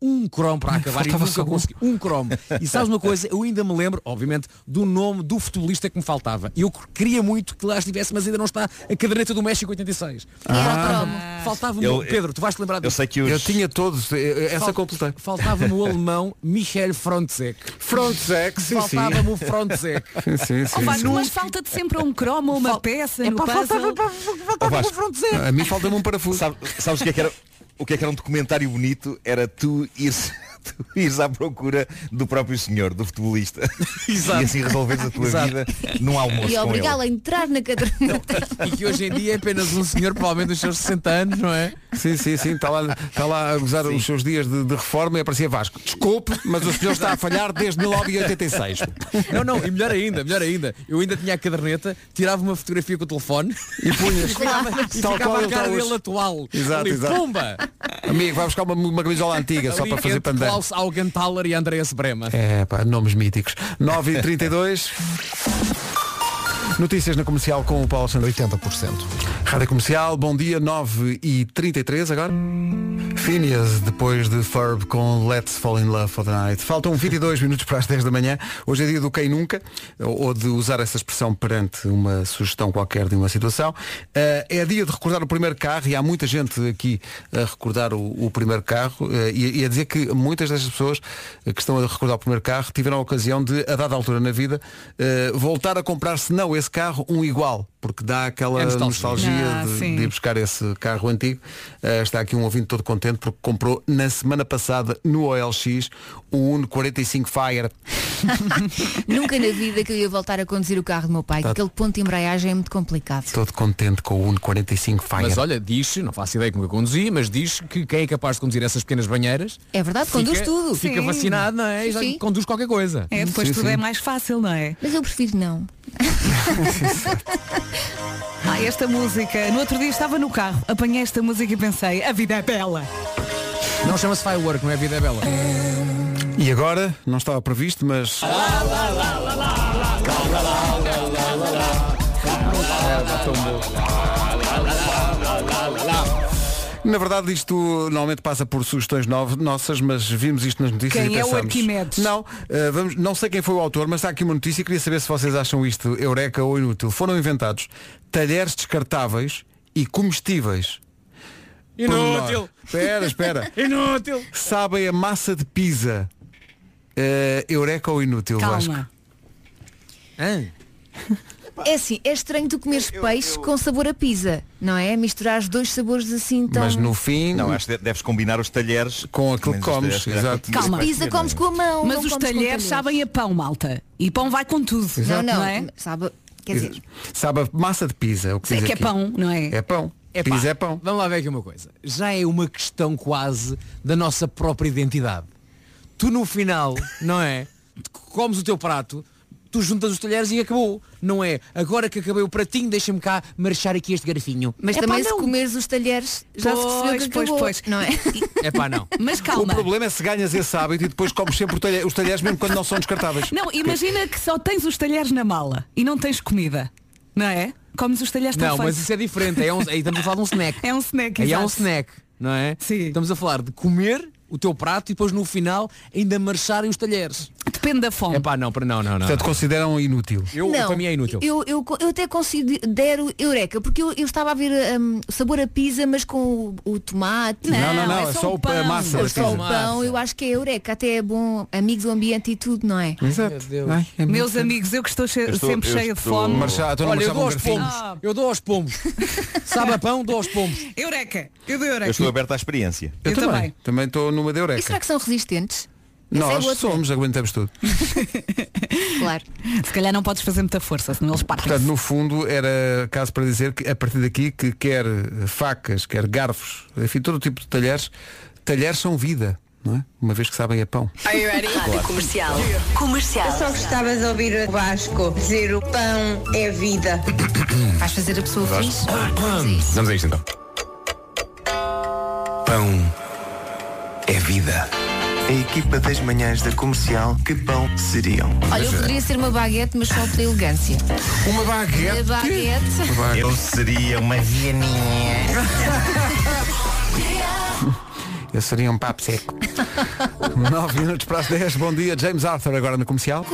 Speaker 12: um cromo para acabar
Speaker 1: Faltava
Speaker 12: e nunca
Speaker 1: só um.
Speaker 12: consegui. Um cromo. E sabes uma coisa? Eu ainda me lembro, obviamente, do nome do futebolista que me faltava. Eu queria muito que lá estivesse, mas ainda não está a caderneta do México 86.
Speaker 1: Ah.
Speaker 12: Faltava- Faltava-me.
Speaker 16: Eu-
Speaker 12: Pedro, tu vais-te lembrar
Speaker 16: eu sei que os- Eu tinha
Speaker 1: todos. Essa completei.
Speaker 12: Faltava-me o alemão Michel Frontzek.
Speaker 1: Frontzek, sim, sim.
Speaker 12: Faltava-me o Frontzek.
Speaker 1: Sim, sim.
Speaker 3: Oh, Vasco, mas falta de sempre um cromo ou uma peça no puzzle. um
Speaker 16: Ó, Vasco,
Speaker 1: A mim falta-me um parafuso.
Speaker 16: Sabe- sabes o que, é que era, o que é que era um documentário bonito? Era tu ires, tu ires à procura do próprio senhor, do futebolista.
Speaker 12: Exato.
Speaker 16: E assim resolveres a tua
Speaker 12: Exato.
Speaker 16: vida num almoço
Speaker 4: E
Speaker 16: com ele.
Speaker 4: obrigá-la a entrar na caderneta.
Speaker 12: E que hoje em dia é apenas um senhor, provavelmente dos seus 60 anos, não é?
Speaker 1: Sim, sim, sim, está lá, está lá a gozar os seus dias de, de reforma e aparecia Vasco. Desculpe, mas o senhor está a falhar desde 1986.
Speaker 12: Não, não, e melhor ainda, melhor ainda. Eu ainda tinha a caderneta, tirava uma fotografia com o telefone e
Speaker 1: punhas.
Speaker 12: ficava, e
Speaker 1: Tal
Speaker 12: ficava
Speaker 1: qual
Speaker 12: a
Speaker 1: ele
Speaker 12: cara
Speaker 1: está hoje.
Speaker 12: dele atual.
Speaker 1: Exato,
Speaker 12: Ali,
Speaker 1: exato.
Speaker 12: Pumba!
Speaker 1: Amigo, vai buscar uma, uma camisola antiga só
Speaker 12: Ali
Speaker 1: para fazer
Speaker 12: entre
Speaker 1: pandan.
Speaker 12: Klaus Augenthaler e Andreas Brema.
Speaker 1: É, pá, nomes míticos. 9 e 32 Notícias na comercial com o Paulo Santos.
Speaker 17: 80%.
Speaker 1: Rádio Comercial, bom dia, 9 e 33 agora. Phineas, depois de Ferb com Let's Fall in Love for the Night. Faltam 22 minutos para as 10 da manhã. Hoje é dia do quem nunca, ou ou de usar essa expressão perante uma sugestão qualquer de uma situação. Eh, é dia de recordar o primeiro carro e há muita gente aqui a recordar o, o primeiro carro eh, e, e a dizer que muitas destas pessoas eh, que estão a recordar o primeiro carro tiveram a ocasião de, a dada altura na vida, eh, voltar a comprar, se não esse carro, um igual, porque dá aquela
Speaker 12: É nostalgia.
Speaker 1: nostalgia,
Speaker 12: Ah,
Speaker 1: de-
Speaker 12: sim.
Speaker 1: de ir buscar esse carro antigo. Eh, está aqui um ouvinte todo contente porque comprou na semana passada no OLX o Uno 45 Fire.
Speaker 4: Nunca na vida que eu ia voltar a conduzir o carro do meu pai. que
Speaker 1: Tá.
Speaker 4: Aquele ponto de embreagem é muito complicado.
Speaker 1: Todo contente com o Uno 45 Fire.
Speaker 12: Mas olha, diz, não faço ideia como eu conduzi, mas diz que quem é capaz de conduzir essas pequenas banheiras
Speaker 4: É verdade, conduz
Speaker 12: fica-
Speaker 4: tudo.
Speaker 12: Fica vacinado, não é? E já
Speaker 4: Sim.
Speaker 12: conduz qualquer coisa.
Speaker 3: É, depois
Speaker 12: Sim,
Speaker 3: tudo
Speaker 12: sim.
Speaker 3: é mais fácil, não é?
Speaker 4: Mas eu prefiro não.
Speaker 3: Ah, esta música. No outro dia estava no carro, apanhei esta música e pensei, a vida é bela.
Speaker 12: Não chama-se firework, não é vida é bela.
Speaker 1: E agora, não estava previsto, mas. Na verdade isto normalmente passa por sugestões no- nossas, mas vimos isto nas notícias
Speaker 3: Quem
Speaker 1: e
Speaker 3: é o
Speaker 1: pensamos...
Speaker 3: Arquimedes?
Speaker 1: Não, eh, vamos, não sei quem foi o autor, mas está aqui uma notícia e queria saber se vocês acham isto eureka ou inútil. Foram inventados talheres descartáveis e comestíveis. Pormenor.
Speaker 12: Inútil.
Speaker 1: Espera, espera.
Speaker 12: Inútil.
Speaker 1: Sabem a massa de pizza? Eh, eureka ou inútil, Vasco?
Speaker 4: É assim, é estranho tu comeres peixe com sabor a pizza, não é? Misturar os dois sabores assim tão...
Speaker 1: fim.
Speaker 16: Não, acho que de- deves combinar os talheres
Speaker 1: com
Speaker 16: aquilo que
Speaker 1: comes, exato.
Speaker 4: Calma, pizza comes com a mão.
Speaker 3: Mas
Speaker 4: não
Speaker 3: os
Speaker 4: comes com
Speaker 3: talheres
Speaker 4: talheres.
Speaker 3: sabem a pão, malta. E pão vai com tudo.
Speaker 4: Não, não,
Speaker 3: é?
Speaker 4: sabe, quer dizer,
Speaker 1: Sabe a massa de pizza? é O que
Speaker 3: Sei
Speaker 1: diz
Speaker 3: que é
Speaker 1: aqui.
Speaker 3: pão, não é?
Speaker 1: É pão.
Speaker 12: Epá,
Speaker 1: Pizza é pão.
Speaker 12: Vamos lá ver aqui uma coisa. Já é uma questão quase da nossa própria identidade. Tu no final, não é? Tu comes o teu prato, tu juntas os talheres e acabou. Não é, agora que acabei o pratinho, deixa-me cá marchar aqui este garfinho.
Speaker 4: Mas
Speaker 12: Epá,
Speaker 4: também se
Speaker 12: não.
Speaker 4: comeres os talheres já se percebeu que acabou, não é?
Speaker 12: É pá, não.
Speaker 3: Mas calma.
Speaker 1: O problema é se ganhas esse hábito e depois comes sempre o talhe- os talheres mesmo quando não são descartáveis.
Speaker 3: Não, imagina que só tens os talheres na mala e não tens comida, não é? Comes os talheres tão
Speaker 12: Não, mas
Speaker 3: feitos.
Speaker 12: isso é diferente. É um, aí estamos a falar de um snack.
Speaker 3: É um snack,
Speaker 12: Aí é um
Speaker 3: exato.
Speaker 12: snack, não é? Sim. Estamos a falar de comer o teu prato e depois no final ainda marcharem os talheres.
Speaker 3: Depende da fome.
Speaker 12: É pá, não, para- não, não, não.
Speaker 1: Portanto, consideram inútil.
Speaker 12: Eu, para mim é inútil.
Speaker 4: Eu, eu, eu até considero eureka, porque eu, eu estava a ver hum, sabor a pizza, mas com o, o tomate.
Speaker 1: Não, não, não, é
Speaker 3: um
Speaker 1: só o pa- a massa da
Speaker 4: É só o
Speaker 1: pizza.
Speaker 4: pão, eu acho que é eureka, até é bom, amigo do ambiente e tudo, não é?
Speaker 1: Exato. Ai, é muito
Speaker 3: Meus
Speaker 1: certo.
Speaker 3: amigos, eu que estou, che-
Speaker 1: Eu estou-
Speaker 3: sempre
Speaker 1: eu
Speaker 3: cheia de
Speaker 1: estou-
Speaker 3: fome.
Speaker 1: Marchar- estou a
Speaker 12: Olha, eu
Speaker 1: marchar com
Speaker 12: dou aos
Speaker 1: garfinhos.
Speaker 12: pombos. Eu dou aos pombos. Sabe a Ah. pão, dou aos pombos.
Speaker 3: Eureka! Eu dou
Speaker 16: Eu estou aberto à experiência.
Speaker 1: Eu, também. Também estou numa de
Speaker 4: E
Speaker 3: é
Speaker 4: será
Speaker 1: eureka.
Speaker 4: que são resistentes? Essa é
Speaker 1: Nós
Speaker 4: outra.
Speaker 1: somos, aguentamos tudo.
Speaker 4: Claro.
Speaker 3: Se calhar não podes fazer muita força, senão eles partem.
Speaker 1: Portanto, no fundo, era caso para dizer que a partir daqui que quer eh, facas, quer garfos, enfim, todo tipo de talheres, talheres são vida, não é? Uma vez que sabem é pão.
Speaker 2: Are you ready?
Speaker 1: Claro.
Speaker 2: Comercial. Comercial.
Speaker 20: Eu só gostava de ouvir o Vasco dizer o pão é vida.
Speaker 4: Vais fazer a pessoa
Speaker 20: feliz?
Speaker 15: Vamos a isto então. Pão é vida. A equipa das manhãs da comercial, que pão seriam?
Speaker 4: Olha, eu poderia ser uma baguete, mas falta elegância.
Speaker 1: Uma
Speaker 4: baguete? Uma baguete.
Speaker 16: Eu seria uma vianinha.
Speaker 1: Eu seria um papo seco. 9 minutos para as 10. Bom dia, James Arthur, agora no comercial.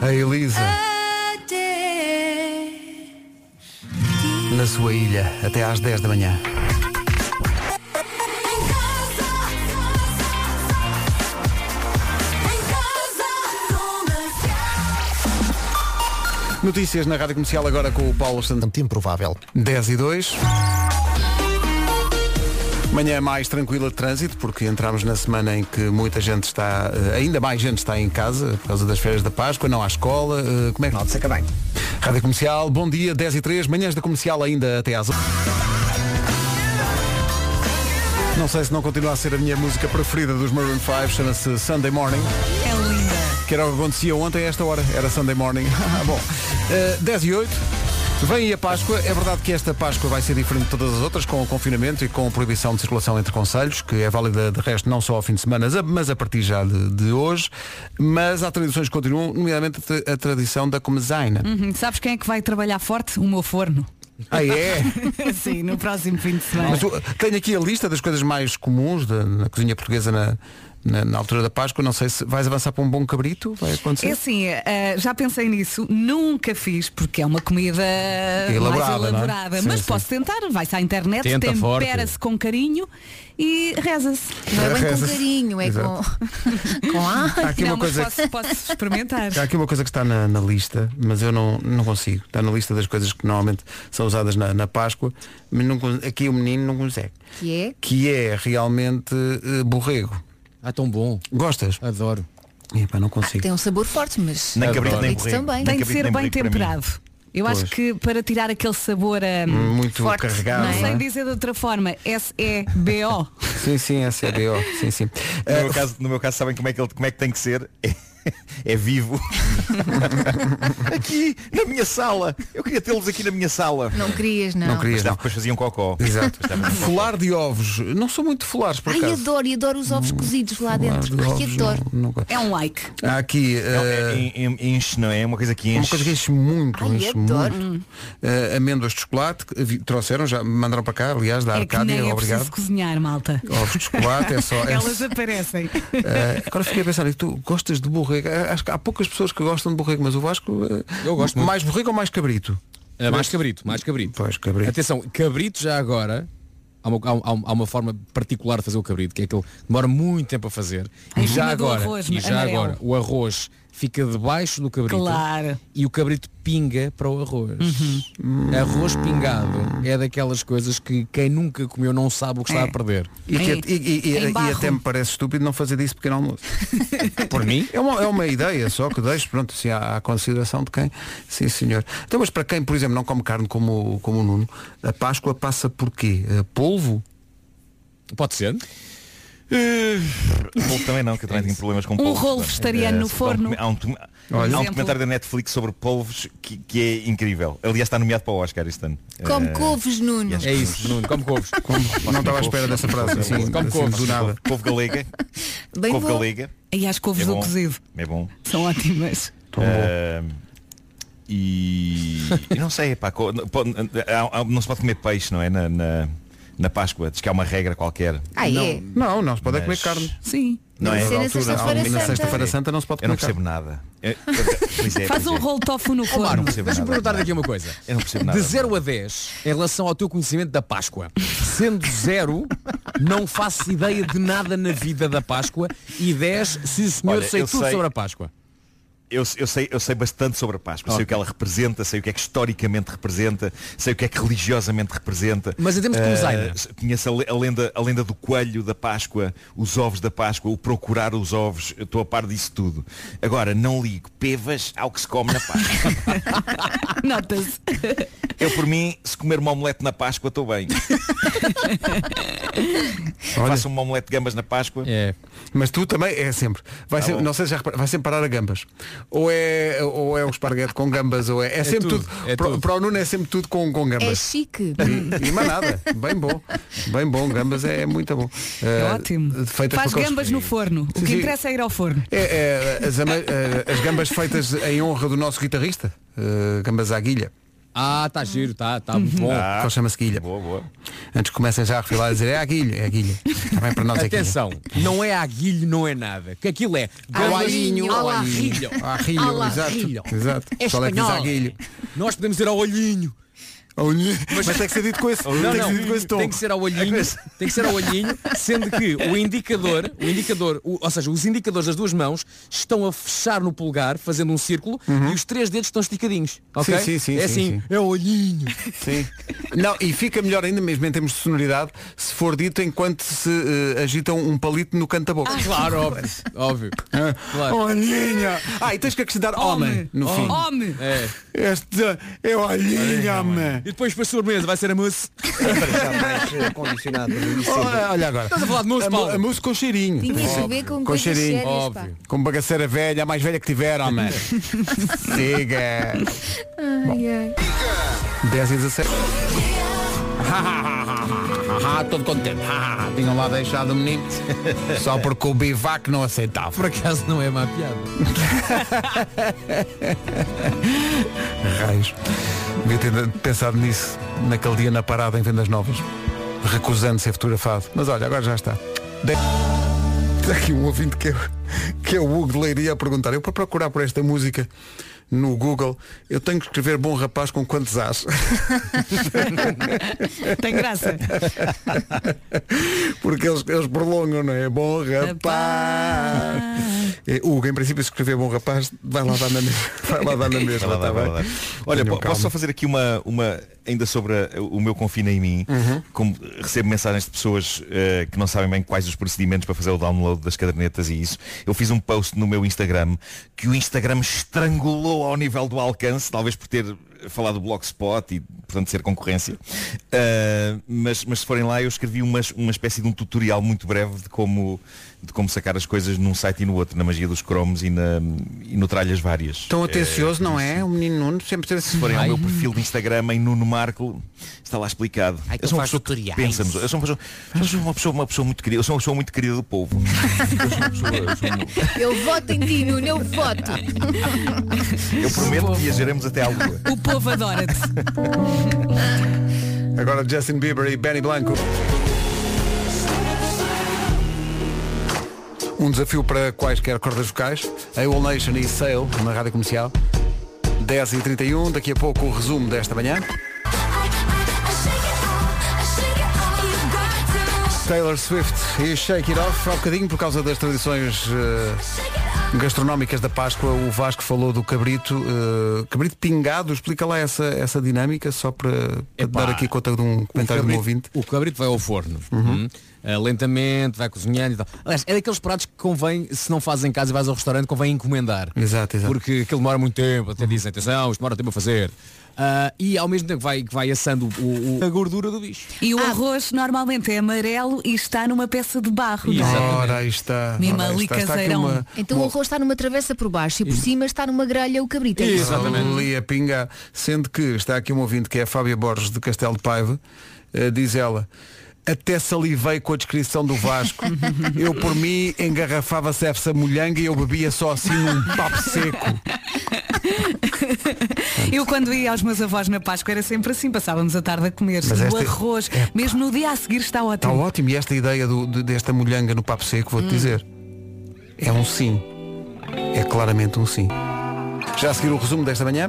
Speaker 1: A Elisa, na sua ilha, até às 10 da manhã. Notícias na Rádio Comercial agora com o Paulo Santos. Improvável. 10 e 2. Manhã mais tranquila de trânsito, porque entramos na semana em que muita gente está, eh, ainda mais gente está em casa, por causa das férias da Páscoa, não há escola. eh, Como é que não?
Speaker 11: Seca bem.
Speaker 1: Rádio Comercial, bom dia, 10 e 3, manhãs da comercial ainda até às 8. Não sei se não continua a ser a minha música preferida dos Maroon 5, chama-se Sunday Morning.
Speaker 3: É linda.
Speaker 1: Que era o que acontecia ontem a esta hora, era Sunday morning. Ah, Bom, eh, 10 e 8. Vem aí a Páscoa. É verdade que esta Páscoa vai ser diferente de todas as outras, com o confinamento e com a proibição de circulação entre conselhos, que é válida de resto não só ao fim de semana, mas a partir já de, de hoje. Mas há tradições que continuam, nomeadamente a, tra- a tradição da comezaina.
Speaker 3: Uhum. Sabes quem é que vai trabalhar forte? O meu forno.
Speaker 1: Ah, é?
Speaker 3: Sim, no próximo fim de semana.
Speaker 1: Mas eu tenho aqui a lista das coisas mais comuns da, na cozinha portuguesa na, na- na altura da Páscoa. Não sei se vais avançar para um bom cabrito, vai acontecer.
Speaker 3: É assim, eh, já pensei nisso, nunca fiz, porque é uma comida
Speaker 1: Elaborada, não
Speaker 3: mais
Speaker 1: é?
Speaker 3: elaborada.
Speaker 1: Sim,
Speaker 3: Mas
Speaker 1: sim.
Speaker 3: posso tentar, vai-se à internet,
Speaker 1: Tenta forte.
Speaker 3: tempera-se com carinho e reza-se.
Speaker 1: Não é bem com Reza-se. carinho, é Exato.
Speaker 3: com,
Speaker 4: com a.
Speaker 1: Há aqui uma
Speaker 3: não, mas
Speaker 1: coisa
Speaker 3: posso, posso experimentar.
Speaker 1: Há aqui uma coisa que está na, na lista, mas eu não, não consigo. Está na lista das coisas que normalmente são usadas na, na Páscoa, mas não con- aqui o menino não consegue.
Speaker 4: Que é?
Speaker 1: Que é realmente eh, borrego.
Speaker 12: Ah, tão bom.
Speaker 1: Gostas?
Speaker 12: Adoro.
Speaker 1: Epá, não consigo.
Speaker 4: Tem um sabor forte, mas
Speaker 1: Nem cabrito, nem
Speaker 4: Isso
Speaker 1: borrego.
Speaker 4: também.
Speaker 1: Nem
Speaker 3: Tem que
Speaker 1: cabrito,
Speaker 3: ser bem
Speaker 1: nem borrego para mim.
Speaker 3: temperado. Eu acho
Speaker 1: Pois.
Speaker 3: que para tirar aquele sabor hum,
Speaker 1: Muito
Speaker 3: forte,
Speaker 1: carregado,
Speaker 3: Não
Speaker 1: não é?
Speaker 3: sei dizer de outra forma, S-E-B-O.
Speaker 1: Sim, sim, é sério. Sim, Eh, sim.
Speaker 16: No meu caso, no meu caso sabem como é que, ele, como é que tem que ser? É, é vivo. aqui, na minha sala. Eu queria tê-los aqui na minha sala.
Speaker 4: Não querias, não.
Speaker 16: Mas dá- Ah, Depois faziam cocó.
Speaker 1: Exato. Folar de ovos. Não sou muito de folares, por
Speaker 4: Ai,
Speaker 1: acaso.
Speaker 4: adoro, e adoro os ovos cozidos lá dentro.
Speaker 1: de
Speaker 4: Ai,
Speaker 1: ovos,
Speaker 4: adoro.
Speaker 1: não gosto.
Speaker 3: É um like.
Speaker 1: Há aqui. eh,
Speaker 16: enche, não é? Uma coisa que enche.
Speaker 1: Uma coisa que enche muito,
Speaker 3: Ai,
Speaker 1: enche
Speaker 3: adoro.
Speaker 1: muito. Ah, amêndoas de chocolate, que vi- trouxeram, já mandaram para cá, aliás, da
Speaker 3: é que
Speaker 1: Arcádia,
Speaker 3: nem é
Speaker 1: obrigado.
Speaker 3: preciso cozinhar, malta.
Speaker 1: Ovos de chocolate, é só. é-
Speaker 3: Elas aparecem.
Speaker 1: Ah, agora fiquei a pensar, e tu gostas de borrego? Ah, Acho que há poucas pessoas que gostam de borrego, mas o Vasco. Eu
Speaker 12: gosto muito.
Speaker 1: Mais borrego ou mais cabrito?
Speaker 12: Ah, mais cabrito, mais cabrito.
Speaker 1: Pois, cabrito.
Speaker 12: Atenção, cabrito já agora. Há uma, há um- há uma forma particular de fazer o cabrito, que é aquele que demora muito tempo a fazer.
Speaker 3: Em
Speaker 12: e já
Speaker 3: cima do
Speaker 12: agora,
Speaker 3: arroz
Speaker 12: e já
Speaker 3: amarelo.
Speaker 12: agora, o arroz fica debaixo do cabrito
Speaker 3: Claro.
Speaker 12: e o cabrito pinga para o arroz.
Speaker 1: Uhum.
Speaker 12: Arroz pingado é daquelas coisas que quem nunca comeu não sabe o que está
Speaker 1: É.
Speaker 12: a perder.
Speaker 1: E, que- e- e- e-
Speaker 12: Em
Speaker 1: e
Speaker 12: barro.
Speaker 1: até me parece estúpido não fazer disso pequeno almoço.
Speaker 12: Por mim?
Speaker 1: É uma, é uma ideia só que deixo, pronto, assim, à, à consideração de quem. Sim, senhor. Então, mas para quem, por exemplo, não come carne como, o- como o Nuno, a Páscoa passa por quê? Eh, polvo?
Speaker 12: Pode ser.
Speaker 16: Bolo Um também não, que eu também
Speaker 1: É
Speaker 16: tenho problemas com
Speaker 3: Um
Speaker 16: polvos.
Speaker 3: rolo
Speaker 16: portanto.
Speaker 3: vegetariano
Speaker 16: Eh,
Speaker 3: no
Speaker 16: há um
Speaker 3: forno.
Speaker 16: docu- Há um, docu-
Speaker 3: Olha.
Speaker 16: há um
Speaker 3: Exemplo.
Speaker 16: documentário da Netflix sobre polvos que, que é incrível. Aliás, está nomeado para o Oscar este ano.
Speaker 4: Como
Speaker 16: Eh,
Speaker 4: couves, Nuno.
Speaker 16: É isso, Nuno, como couves.
Speaker 1: não estava à espera dessa frase, assim,
Speaker 16: como
Speaker 1: assim,
Speaker 16: couves.
Speaker 1: do nada.
Speaker 16: Couve galega.
Speaker 3: Bem
Speaker 16: couve
Speaker 3: bom.
Speaker 16: galega.
Speaker 3: E às couves
Speaker 16: É
Speaker 3: do
Speaker 16: bom.
Speaker 3: cozido.
Speaker 16: É bom.
Speaker 3: São ótimas. Eh,
Speaker 16: Ah, e, e não sei, pá, co- não pode- há- há- não se pode comer peixe, não é? Na, na, na Páscoa, diz que há uma regra qualquer.
Speaker 4: Ah,
Speaker 1: não,
Speaker 4: é?
Speaker 1: não, não se pode é
Speaker 16: Mas-
Speaker 1: comer carne.
Speaker 3: Sim.
Speaker 16: Não é?
Speaker 1: Nessa
Speaker 16: Na
Speaker 1: altura,
Speaker 16: altura,
Speaker 1: na sexta-feira
Speaker 16: santa
Speaker 1: não se pode
Speaker 16: Eu não
Speaker 1: comer
Speaker 16: percebo nada.
Speaker 12: É,
Speaker 16: é.
Speaker 3: Faz um rolo de tofu no forno.
Speaker 16: Marco,
Speaker 12: Deixa-me perguntar daqui uma coisa.
Speaker 16: Eu não percebo nada.
Speaker 12: De 0 a 10, em relação ao teu conhecimento da Páscoa, sendo 0, não faço ideia de nada na vida da Páscoa e 10, sim senhor,
Speaker 16: Olha,
Speaker 12: sei
Speaker 16: eu
Speaker 12: tudo
Speaker 16: sei-
Speaker 12: sobre a Páscoa.
Speaker 16: Eu, eu sei, eu sei bastante sobre a Páscoa,
Speaker 12: Ok.
Speaker 16: sei o que ela representa, sei o que é que historicamente representa, sei o que é que religiosamente representa.
Speaker 12: Mas em termos de
Speaker 16: Ah,
Speaker 12: comezaina?
Speaker 16: Conheço a, le- a lenda, a lenda do coelho da Páscoa, os ovos da Páscoa, o procurar os ovos, eu estou a par disso tudo. Agora, não ligo pevas ao que se come na Páscoa.
Speaker 3: Nota-se.
Speaker 16: eu por mim, se comer uma omelete na Páscoa, estou bem. Faço uma omelete de gambas na Páscoa.
Speaker 12: É.
Speaker 1: Mas tu também é sempre. Vai
Speaker 16: Tá
Speaker 1: sempre
Speaker 16: bom.
Speaker 1: não sei se já repara- vai sempre parar a gambas. Ou é, ou é um esparguete com gambas, ou é. É, sempre tudo.
Speaker 12: tudo, é
Speaker 1: para,
Speaker 12: tudo. É.
Speaker 1: para o Nuno é sempre tudo com, com
Speaker 4: É
Speaker 1: gambas.
Speaker 4: chique.
Speaker 1: E mais nada. Bem bom. Bem bom. Gambas é, muito bom.
Speaker 3: É
Speaker 1: Eh,
Speaker 3: ótimo.
Speaker 1: feitas
Speaker 3: Faz
Speaker 1: com aqueles-
Speaker 3: gambas no forno. O
Speaker 1: Sim,
Speaker 3: que
Speaker 1: sim.
Speaker 3: interessa é ir ao forno.
Speaker 1: É, é, as, ama- eh, as gambas feitas em honra do nosso guitarrista. eh, gambas à guilha.
Speaker 12: Ah, está giro, está tá muito bom.
Speaker 1: Ah, que ele chama-se guilha. Antes que comecem já a refilar a dizer é a guilha, é a guilha. Também para nós é guilha.
Speaker 12: Atenção, não é aguilho, não é nada. Que aquilo é
Speaker 1: Ao
Speaker 12: galinho,
Speaker 1: alhinho, ao
Speaker 12: alhinho.
Speaker 1: alhinho. Ao alhinho, exato. Exato.
Speaker 12: É
Speaker 1: Só é que diz
Speaker 12: espanhol.
Speaker 1: aguilho.
Speaker 12: Nós podemos dizer ao olhinho.
Speaker 1: Mas, tem que ser dito com esse,
Speaker 12: Não,
Speaker 1: tem que
Speaker 12: não,
Speaker 1: ser dito com esse tom. É
Speaker 12: tem que ser ao olhinho, tem que ser ao olhinho, sendo que o indicador, o indicador, o- ou seja, os indicadores das duas mãos estão a fechar no polegar, fazendo um círculo, e os três dedos estão esticadinhos. ok?
Speaker 1: Uhum. Sim, sim, sim,
Speaker 12: é
Speaker 1: sim,
Speaker 12: assim,
Speaker 1: sim.
Speaker 12: é o olhinho.
Speaker 1: Sim. Não, e fica melhor ainda mesmo em termos de sonoridade se for dito enquanto se eh, agita um palito no canto da boca.
Speaker 12: Ah, Claro, óbvio. óbvio. Claro.
Speaker 1: Olhinha! Ah, e tens que acrescentar homem, no fim.
Speaker 3: Homem!
Speaker 12: É.
Speaker 1: Este é olhinha, man.
Speaker 12: E depois para a sobremesa vai ser a mousse.
Speaker 11: condicionado.
Speaker 1: Olha, olha agora.
Speaker 12: Estás a falar de mousse,
Speaker 1: a, mu-
Speaker 12: Paulo?
Speaker 1: a mousse com cheirinho.
Speaker 4: Tinha
Speaker 1: Óbvio.
Speaker 4: a ver com coisas
Speaker 1: cheirinho.
Speaker 4: sérias, Óbvio.
Speaker 1: Com bagaceira velha, a mais velha que tiver, homem. Siga.
Speaker 4: Ai, ai.
Speaker 1: 10 e 17. Todo contente. Tinham lá deixado o menino. Só porque o bivac não aceitava.
Speaker 12: Por acaso não é má piada.
Speaker 1: Raios. Devia ter pensado nisso naquele dia na parada em vendas novas, recusando ser fotografado. Mas olha, agora já está. De... Tem aqui um ouvinte que é, que é o Hugo de Leiria a perguntar. Eu para procurar por esta música no Google, eu tenho que escrever bom rapaz com quantos as.
Speaker 3: Tem graça.
Speaker 1: Porque eles, eles prolongam, não é? Bom rapaz. É, Hugo, em princípio, se escrever bom rapaz, vai lá dar na mesma. Vai lá dar na mesma,
Speaker 16: Vai lá,
Speaker 1: tá
Speaker 16: vai
Speaker 1: bem?
Speaker 16: lá. Olha,
Speaker 1: Tenham
Speaker 16: po- posso só
Speaker 1: calma.
Speaker 16: fazer aqui uma, uma ainda sobre a- o meu confina em mim,
Speaker 1: Uhum.
Speaker 16: como recebo mensagens de pessoas eh, que não sabem bem quais os procedimentos para fazer o download das cadernetas e isso. Eu fiz um post no meu Instagram que o Instagram estrangulou ao nível do alcance, talvez por ter falado do Blogspot e portanto ser concorrência. Eh, mas, mas se forem lá eu escrevi uma, uma espécie de um tutorial muito breve de como, de como sacar as coisas num site e no outro, na magia dos cromos e, na, e no tralhas várias.
Speaker 1: Tão
Speaker 16: Eh,
Speaker 1: atencioso, não é? O menino Nuno sempre assim, teve
Speaker 16: se forem ao meu perfil de Instagram em Nuno Marco, está lá explicado. eu sou uma pessoa que pensa nos- eu sou uma pessoa, eu sou uma pessoa, uma pessoa muito querida, eu sou uma pessoa muito querida do povo.
Speaker 4: Eu voto em ti, Nuno, eu voto.
Speaker 16: Eu prometo que viajaremos até à Lua.
Speaker 3: O povo adora-te.
Speaker 1: Agora Justin Bieber e Benny Blanco. Um desafio para quaisquer cordas vocais. A All Nation e Sale na rádio comercial. 10 e 31 daqui a pouco o resumo desta manhã. Taylor Swift e Shake It Off, há bocadinho por causa das tradições eh, gastronómicas da Páscoa, o Vasco falou do cabrito, eh, cabrito pingado, explica lá essa, essa dinâmica, só para, para
Speaker 12: Epá,
Speaker 1: dar aqui conta de um
Speaker 12: o
Speaker 1: comentário de um
Speaker 12: cabrito-
Speaker 1: ouvinte. Uhum.
Speaker 12: O cabrito vai ao forno. Hum. eh, lentamente, vai cozinhando e tal. Aliás, é daqueles pratos que convém, se não fazes em casa e vais ao restaurante, convém encomendar.
Speaker 1: Exato, exato.
Speaker 12: Porque aquilo demora muito tempo, até dizem, atenção, isto demora tempo a fazer. Ah, e ao mesmo tempo que vai, que vai assando o- o- a gordura do bicho.
Speaker 3: E
Speaker 4: Ah.
Speaker 3: o arroz normalmente é amarelo e está numa peça de barro. não é?
Speaker 1: Ora, aí está.
Speaker 3: Mesmo
Speaker 1: Ora, aí
Speaker 3: ali
Speaker 1: está. Está aqui
Speaker 3: caseirão.
Speaker 1: uma-
Speaker 4: Então o arroz está numa travessa por baixo e por cima está numa grelha o cabrito. é isso?
Speaker 1: Ali a pingar. Sendo que está aqui um ouvinte que é a Fábia Borges de Castelo de Paiva, eh, diz ela. Até salivei com a descrição do Vasco. Eu por mim engarrafava-se essa molhanga e eu bebia só assim num papo seco.
Speaker 3: Eu quando ia aos meus avós na Páscoa era sempre assim, passávamos a tarde a comer
Speaker 1: Mas
Speaker 3: o
Speaker 1: esta-
Speaker 16: é-
Speaker 3: arroz, mesmo no dia a seguir está
Speaker 1: Está
Speaker 3: ótimo.
Speaker 1: Tá ótimo. E esta ideia do- de- desta molhanga no papo seco, vou-te
Speaker 3: Hum.
Speaker 1: dizer. É um sim. É claramente um sim. Já a seguir o resumo desta manhã.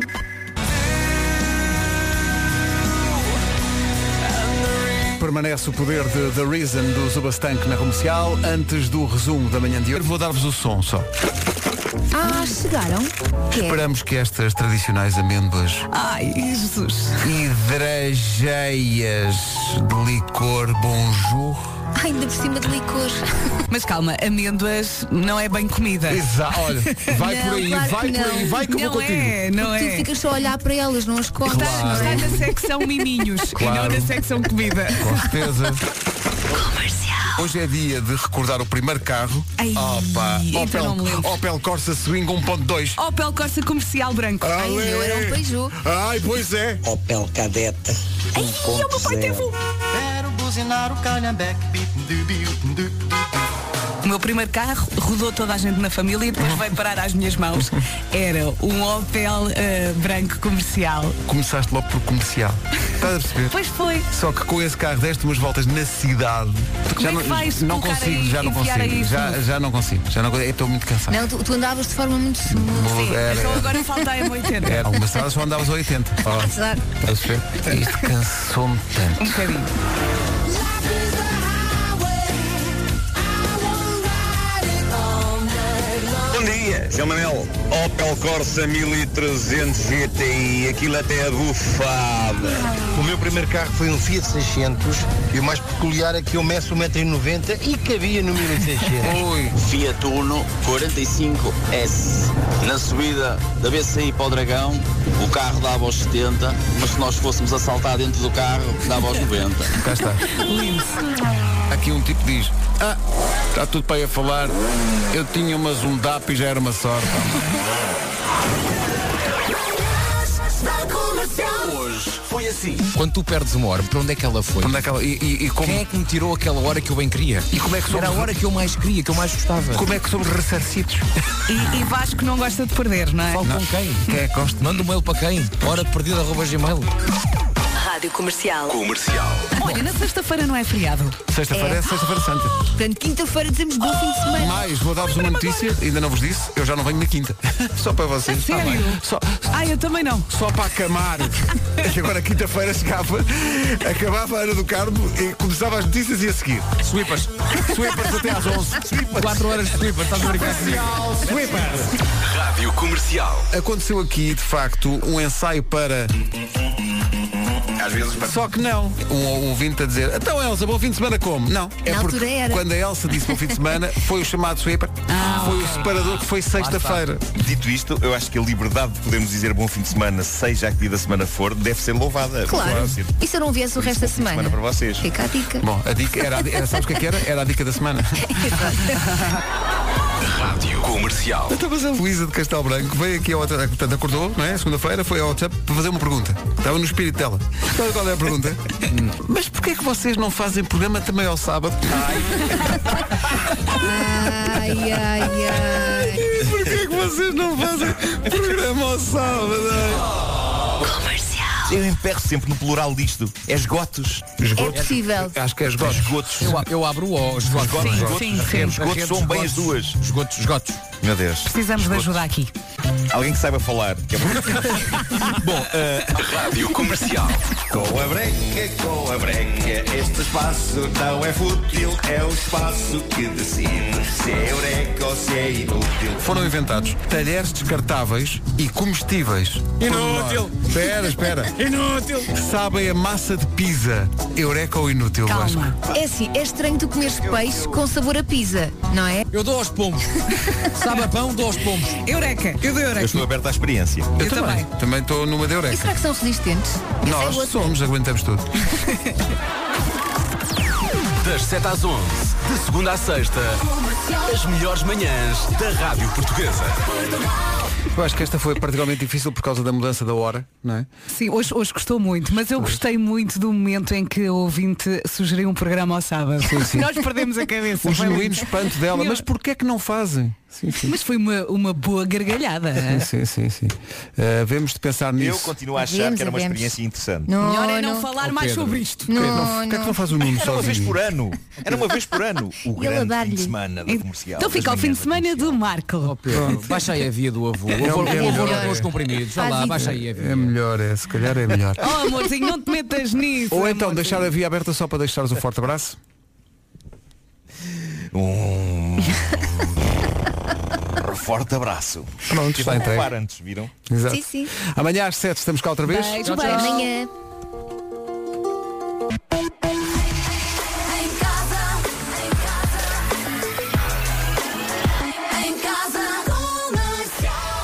Speaker 1: Permanece o poder de The Reason do Zubastank na comercial. Antes do resumo da manhã de hoje, vou dar-vos o som só.
Speaker 4: Ah, chegaram. Que é?
Speaker 1: Esperamos que estas tradicionais amêndoas
Speaker 3: Ai, Jesus.
Speaker 1: hidrageias de licor bonjour.
Speaker 4: Ai, ainda por cima de licor.
Speaker 3: Mas calma, amêndoas não é bem comida.
Speaker 1: Exato, olha, vai
Speaker 4: Não, claro que não.
Speaker 3: não é, não
Speaker 4: Porque
Speaker 3: é.
Speaker 4: Tu ficas só a olhar para elas, não as comes.
Speaker 3: Está, está na secção miminhos
Speaker 1: Claro.
Speaker 3: e não na secção comida.
Speaker 1: Com certeza. Hoje é dia de recordar o primeiro carro.
Speaker 3: Ai,
Speaker 1: Opa,
Speaker 3: então não me
Speaker 1: Opel,
Speaker 3: lembro.
Speaker 1: Opel Corsa Swing 1.2.
Speaker 3: Opel Corsa comercial branco.
Speaker 1: Ai, o meu era um
Speaker 4: Peugeot.
Speaker 1: Ai, pois é.
Speaker 8: Opel Cadete
Speaker 4: é
Speaker 8: 1.0.
Speaker 18: Quero buzinar o calhambeque.
Speaker 3: O meu primeiro carro rodou toda a gente na família e depois veio parar às minhas mãos. Era um Opel eh, branco comercial.
Speaker 4: um.
Speaker 1: Começaste logo por comercial. Estás a perceber?
Speaker 3: Pois foi.
Speaker 1: Só que com esse carro deste umas voltas na cidade.
Speaker 4: Como
Speaker 1: já
Speaker 4: é
Speaker 1: não,
Speaker 4: que vais
Speaker 1: não
Speaker 4: colocar
Speaker 1: consigo,
Speaker 4: aí,
Speaker 1: já não
Speaker 4: enfiar
Speaker 1: consigo.
Speaker 4: aí
Speaker 1: Já,
Speaker 4: tudo?
Speaker 1: já não consigo. Já não consigo. Eu Estou muito cansado.
Speaker 4: Não, tu, tu andavas de forma muito é smooth.
Speaker 1: Sim, Era- então
Speaker 3: agora falta a M80.
Speaker 1: É, algumas estradas só andavas a 80. Ó,
Speaker 4: Exato.
Speaker 1: estás a perceber? Isto cansou-me tanto.
Speaker 3: Um bocadinho.
Speaker 13: Bom dia, João Manel. Opel Corsa 1300 GTI, aquilo até é bufado.
Speaker 10: O meu primeiro carro foi um Fiat 600 e o mais peculiar é que eu meço 1,90m e cabia no 1600.
Speaker 9: Fiat Uno 45S. Na subida da BCI para o Dragão, o carro dava aos 70, mas se nós fôssemos assaltar dentro do carro, dava aos 90.
Speaker 1: Cá está. Aqui um tipo diz, ah, está tudo para aí a falar. Eu tinha umas um DAP e já era uma sorte.
Speaker 18: Hoje foi assim.
Speaker 12: Quando tu perdes uma hora, para onde é que ela foi?
Speaker 1: Onde é que ela, e, e- e como-
Speaker 12: Quem é que me tirou aquela hora que eu bem queria?
Speaker 1: E como é que somos-
Speaker 12: Era a hora que eu mais queria, que eu mais gostava.
Speaker 1: Como é que somos ressarcidos?
Speaker 3: E, e Vasco não gosta de perder, não é?
Speaker 12: Falo com quem? Quem é que gosta? Manda um mail para quem? Hora perdida arroba gmail.
Speaker 3: Rádio Comercial.
Speaker 12: Comercial.
Speaker 3: Olha, na sexta-feira não é feriado.
Speaker 1: Sexta-feira é, sexta-feira santa.
Speaker 4: Portanto, quinta-feira dizemos bom fim de semana.
Speaker 1: Mais, vou dar-vos uma notícia, ainda não vos disse, eu já não venho na quinta. Só para vocês. Está
Speaker 3: sério?
Speaker 1: bem. Só,
Speaker 3: Ah, eu também não.
Speaker 1: só para acamar. que agora quinta-feira chegava, acabava a Ana do Carmo e começava as notícias e a seguir.
Speaker 12: Sweepers.
Speaker 1: Sweepers até às 11. Sweepers.
Speaker 12: 4 horas de sweepers, estás a brincar
Speaker 18: Rádio Comercial.
Speaker 1: Aconteceu aqui, de facto, um ensaio para.
Speaker 18: Às vezes para...
Speaker 1: Só que não. Um ouvinte a dizer, então Elsa, bom fim de semana como? Não. É
Speaker 18: Na
Speaker 1: porque
Speaker 18: altura era.
Speaker 1: quando a Elsa disse bom fim de semana, foi o chamado sweeper,
Speaker 16: Ah,
Speaker 1: foi o separador que foi sexta-feira.
Speaker 16: Dito isto, eu acho que a liberdade de podermos dizer bom fim de semana, seja a que dia da semana for, deve ser louvada.
Speaker 4: Claro.
Speaker 16: Deve ser.
Speaker 4: E se eu não viesse o resto da
Speaker 16: Semana
Speaker 4: semana?
Speaker 16: para vocês.
Speaker 4: Fica a dica.
Speaker 1: Bom, a dica era, era- sabes o que é que era? Era a dica da semana.
Speaker 18: Rádio Comercial.
Speaker 1: Então, mas a Luísa de Castelo Branco veio aqui ao WhatsApp, eh, portanto acordou, não é? Segunda-feira, foi ao WhatsApp para fazer uma pergunta. Estava no espírito dela. Sabe qual é a pergunta? mas porquê é que vocês não fazem programa também ao sábado?
Speaker 4: Ai, ai, ai.
Speaker 1: Porquê é que vocês não fazem programa ao sábado?
Speaker 16: Eu emperro sempre no plural disto. É esgotos.
Speaker 4: É possível.
Speaker 1: Acho que é esgotos.
Speaker 16: Esgotos.
Speaker 12: Eu, a- eu abro o esgotos.
Speaker 16: Esgotos, esgotos. Esgotos são bem as duas.
Speaker 12: Esgotos, esgotos.
Speaker 16: Meu Deus.
Speaker 3: Precisamos de ajuda aqui.
Speaker 16: Alguém que saiba falar. que é bom. Bom, uh,
Speaker 18: Rádio Comercial.
Speaker 21: Com a breca, com a breca, este espaço não é fútil, é o espaço que decide se é eureka ou se é inútil.
Speaker 1: Foram inventados talheres descartáveis e comestíveis. um
Speaker 12: Inútil.
Speaker 1: Espera, espera.
Speaker 12: Inútil.
Speaker 1: Sabem a massa de pizza. Eureka ou inútil,
Speaker 4: Calma.
Speaker 1: Vasco?
Speaker 4: É assim, é estranho tu comeres peixe com sabor a pizza, não é?
Speaker 12: Eu dou aos pombos. Sabe a pão, dou aos pombos.
Speaker 3: Eureka. Eu dou
Speaker 16: Eu estou aberto à experiência.
Speaker 1: Eu, também. Também estou numa de
Speaker 4: E
Speaker 1: eureka.
Speaker 4: será que são resistentes? Essa é
Speaker 1: Nós
Speaker 4: outra.
Speaker 1: somos, aguentamos tudo.
Speaker 18: Das 7 às 11, de segunda à sexta, as melhores manhãs da Rádio Portuguesa.
Speaker 1: Eu acho que esta foi particularmente difícil por causa da mudança da hora, não é?
Speaker 3: Sim, hoje, hoje gostou muito, mas eu gostei muito do momento em que o ouvinte sugeriu um programa ao sábado.
Speaker 1: Sim, sim.
Speaker 3: Nós perdemos a cabeça.
Speaker 1: O
Speaker 3: foi-
Speaker 1: genuíno espanto dela.
Speaker 3: Meu-
Speaker 1: Mas porquê é que não fazem? Sim, sim.
Speaker 3: Mas foi uma, uma boa gargalhada. é?
Speaker 1: Sim, sim, sim, sim. Uh, vemos de pensar nisso.
Speaker 16: Eu continuo a achar Vemos, que era uma vemos. experiência interessante.
Speaker 4: Não,
Speaker 3: Melhor é não,
Speaker 4: não.
Speaker 3: falar
Speaker 1: Oh,
Speaker 3: mais
Speaker 1: Pedro,
Speaker 3: sobre isto.
Speaker 1: porquê é que não- porquê é que não faz o Nuno
Speaker 16: Era uma vez
Speaker 1: sozinho?
Speaker 16: por ano. Era uma vez por ano. O
Speaker 3: E ele a
Speaker 16: grande fim
Speaker 3: dar-lhe.
Speaker 16: de semana da comercial.
Speaker 3: Então fica ao
Speaker 16: das
Speaker 3: fim de
Speaker 16: manhãs da
Speaker 3: semana do Marco.
Speaker 12: Baixa aí a via do avô. O
Speaker 1: É
Speaker 12: avô,
Speaker 1: um- é
Speaker 12: o avô
Speaker 1: melhor,
Speaker 12: não deu
Speaker 1: é.
Speaker 12: os comprimidos. Vá lá, baixa aí a via.
Speaker 1: É melhor, é. Se calhar é melhor.
Speaker 3: Oh amorzinho, não te metas nisso.
Speaker 1: Ou então deixar a via aberta só para deixares um forte abraço.
Speaker 16: manhã. Forte abraço.
Speaker 1: Pronto, está
Speaker 16: Tive
Speaker 1: entregue.
Speaker 16: a roubar antes, viram?
Speaker 1: Exato.
Speaker 4: Sim, sim.
Speaker 1: Amanhã às 7 estamos cá outra vez.
Speaker 4: Beijo, beijo. Amanhã.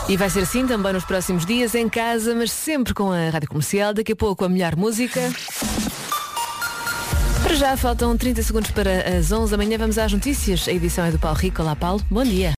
Speaker 22: E vai ser assim também nos próximos dias, em casa, mas sempre com a Rádio Comercial. Daqui a pouco a melhor música. Para já faltam 30 segundos para as 11 da manhã. Vamos às notícias. A edição é do Paulo Rico. Olá, Paulo. Bom dia.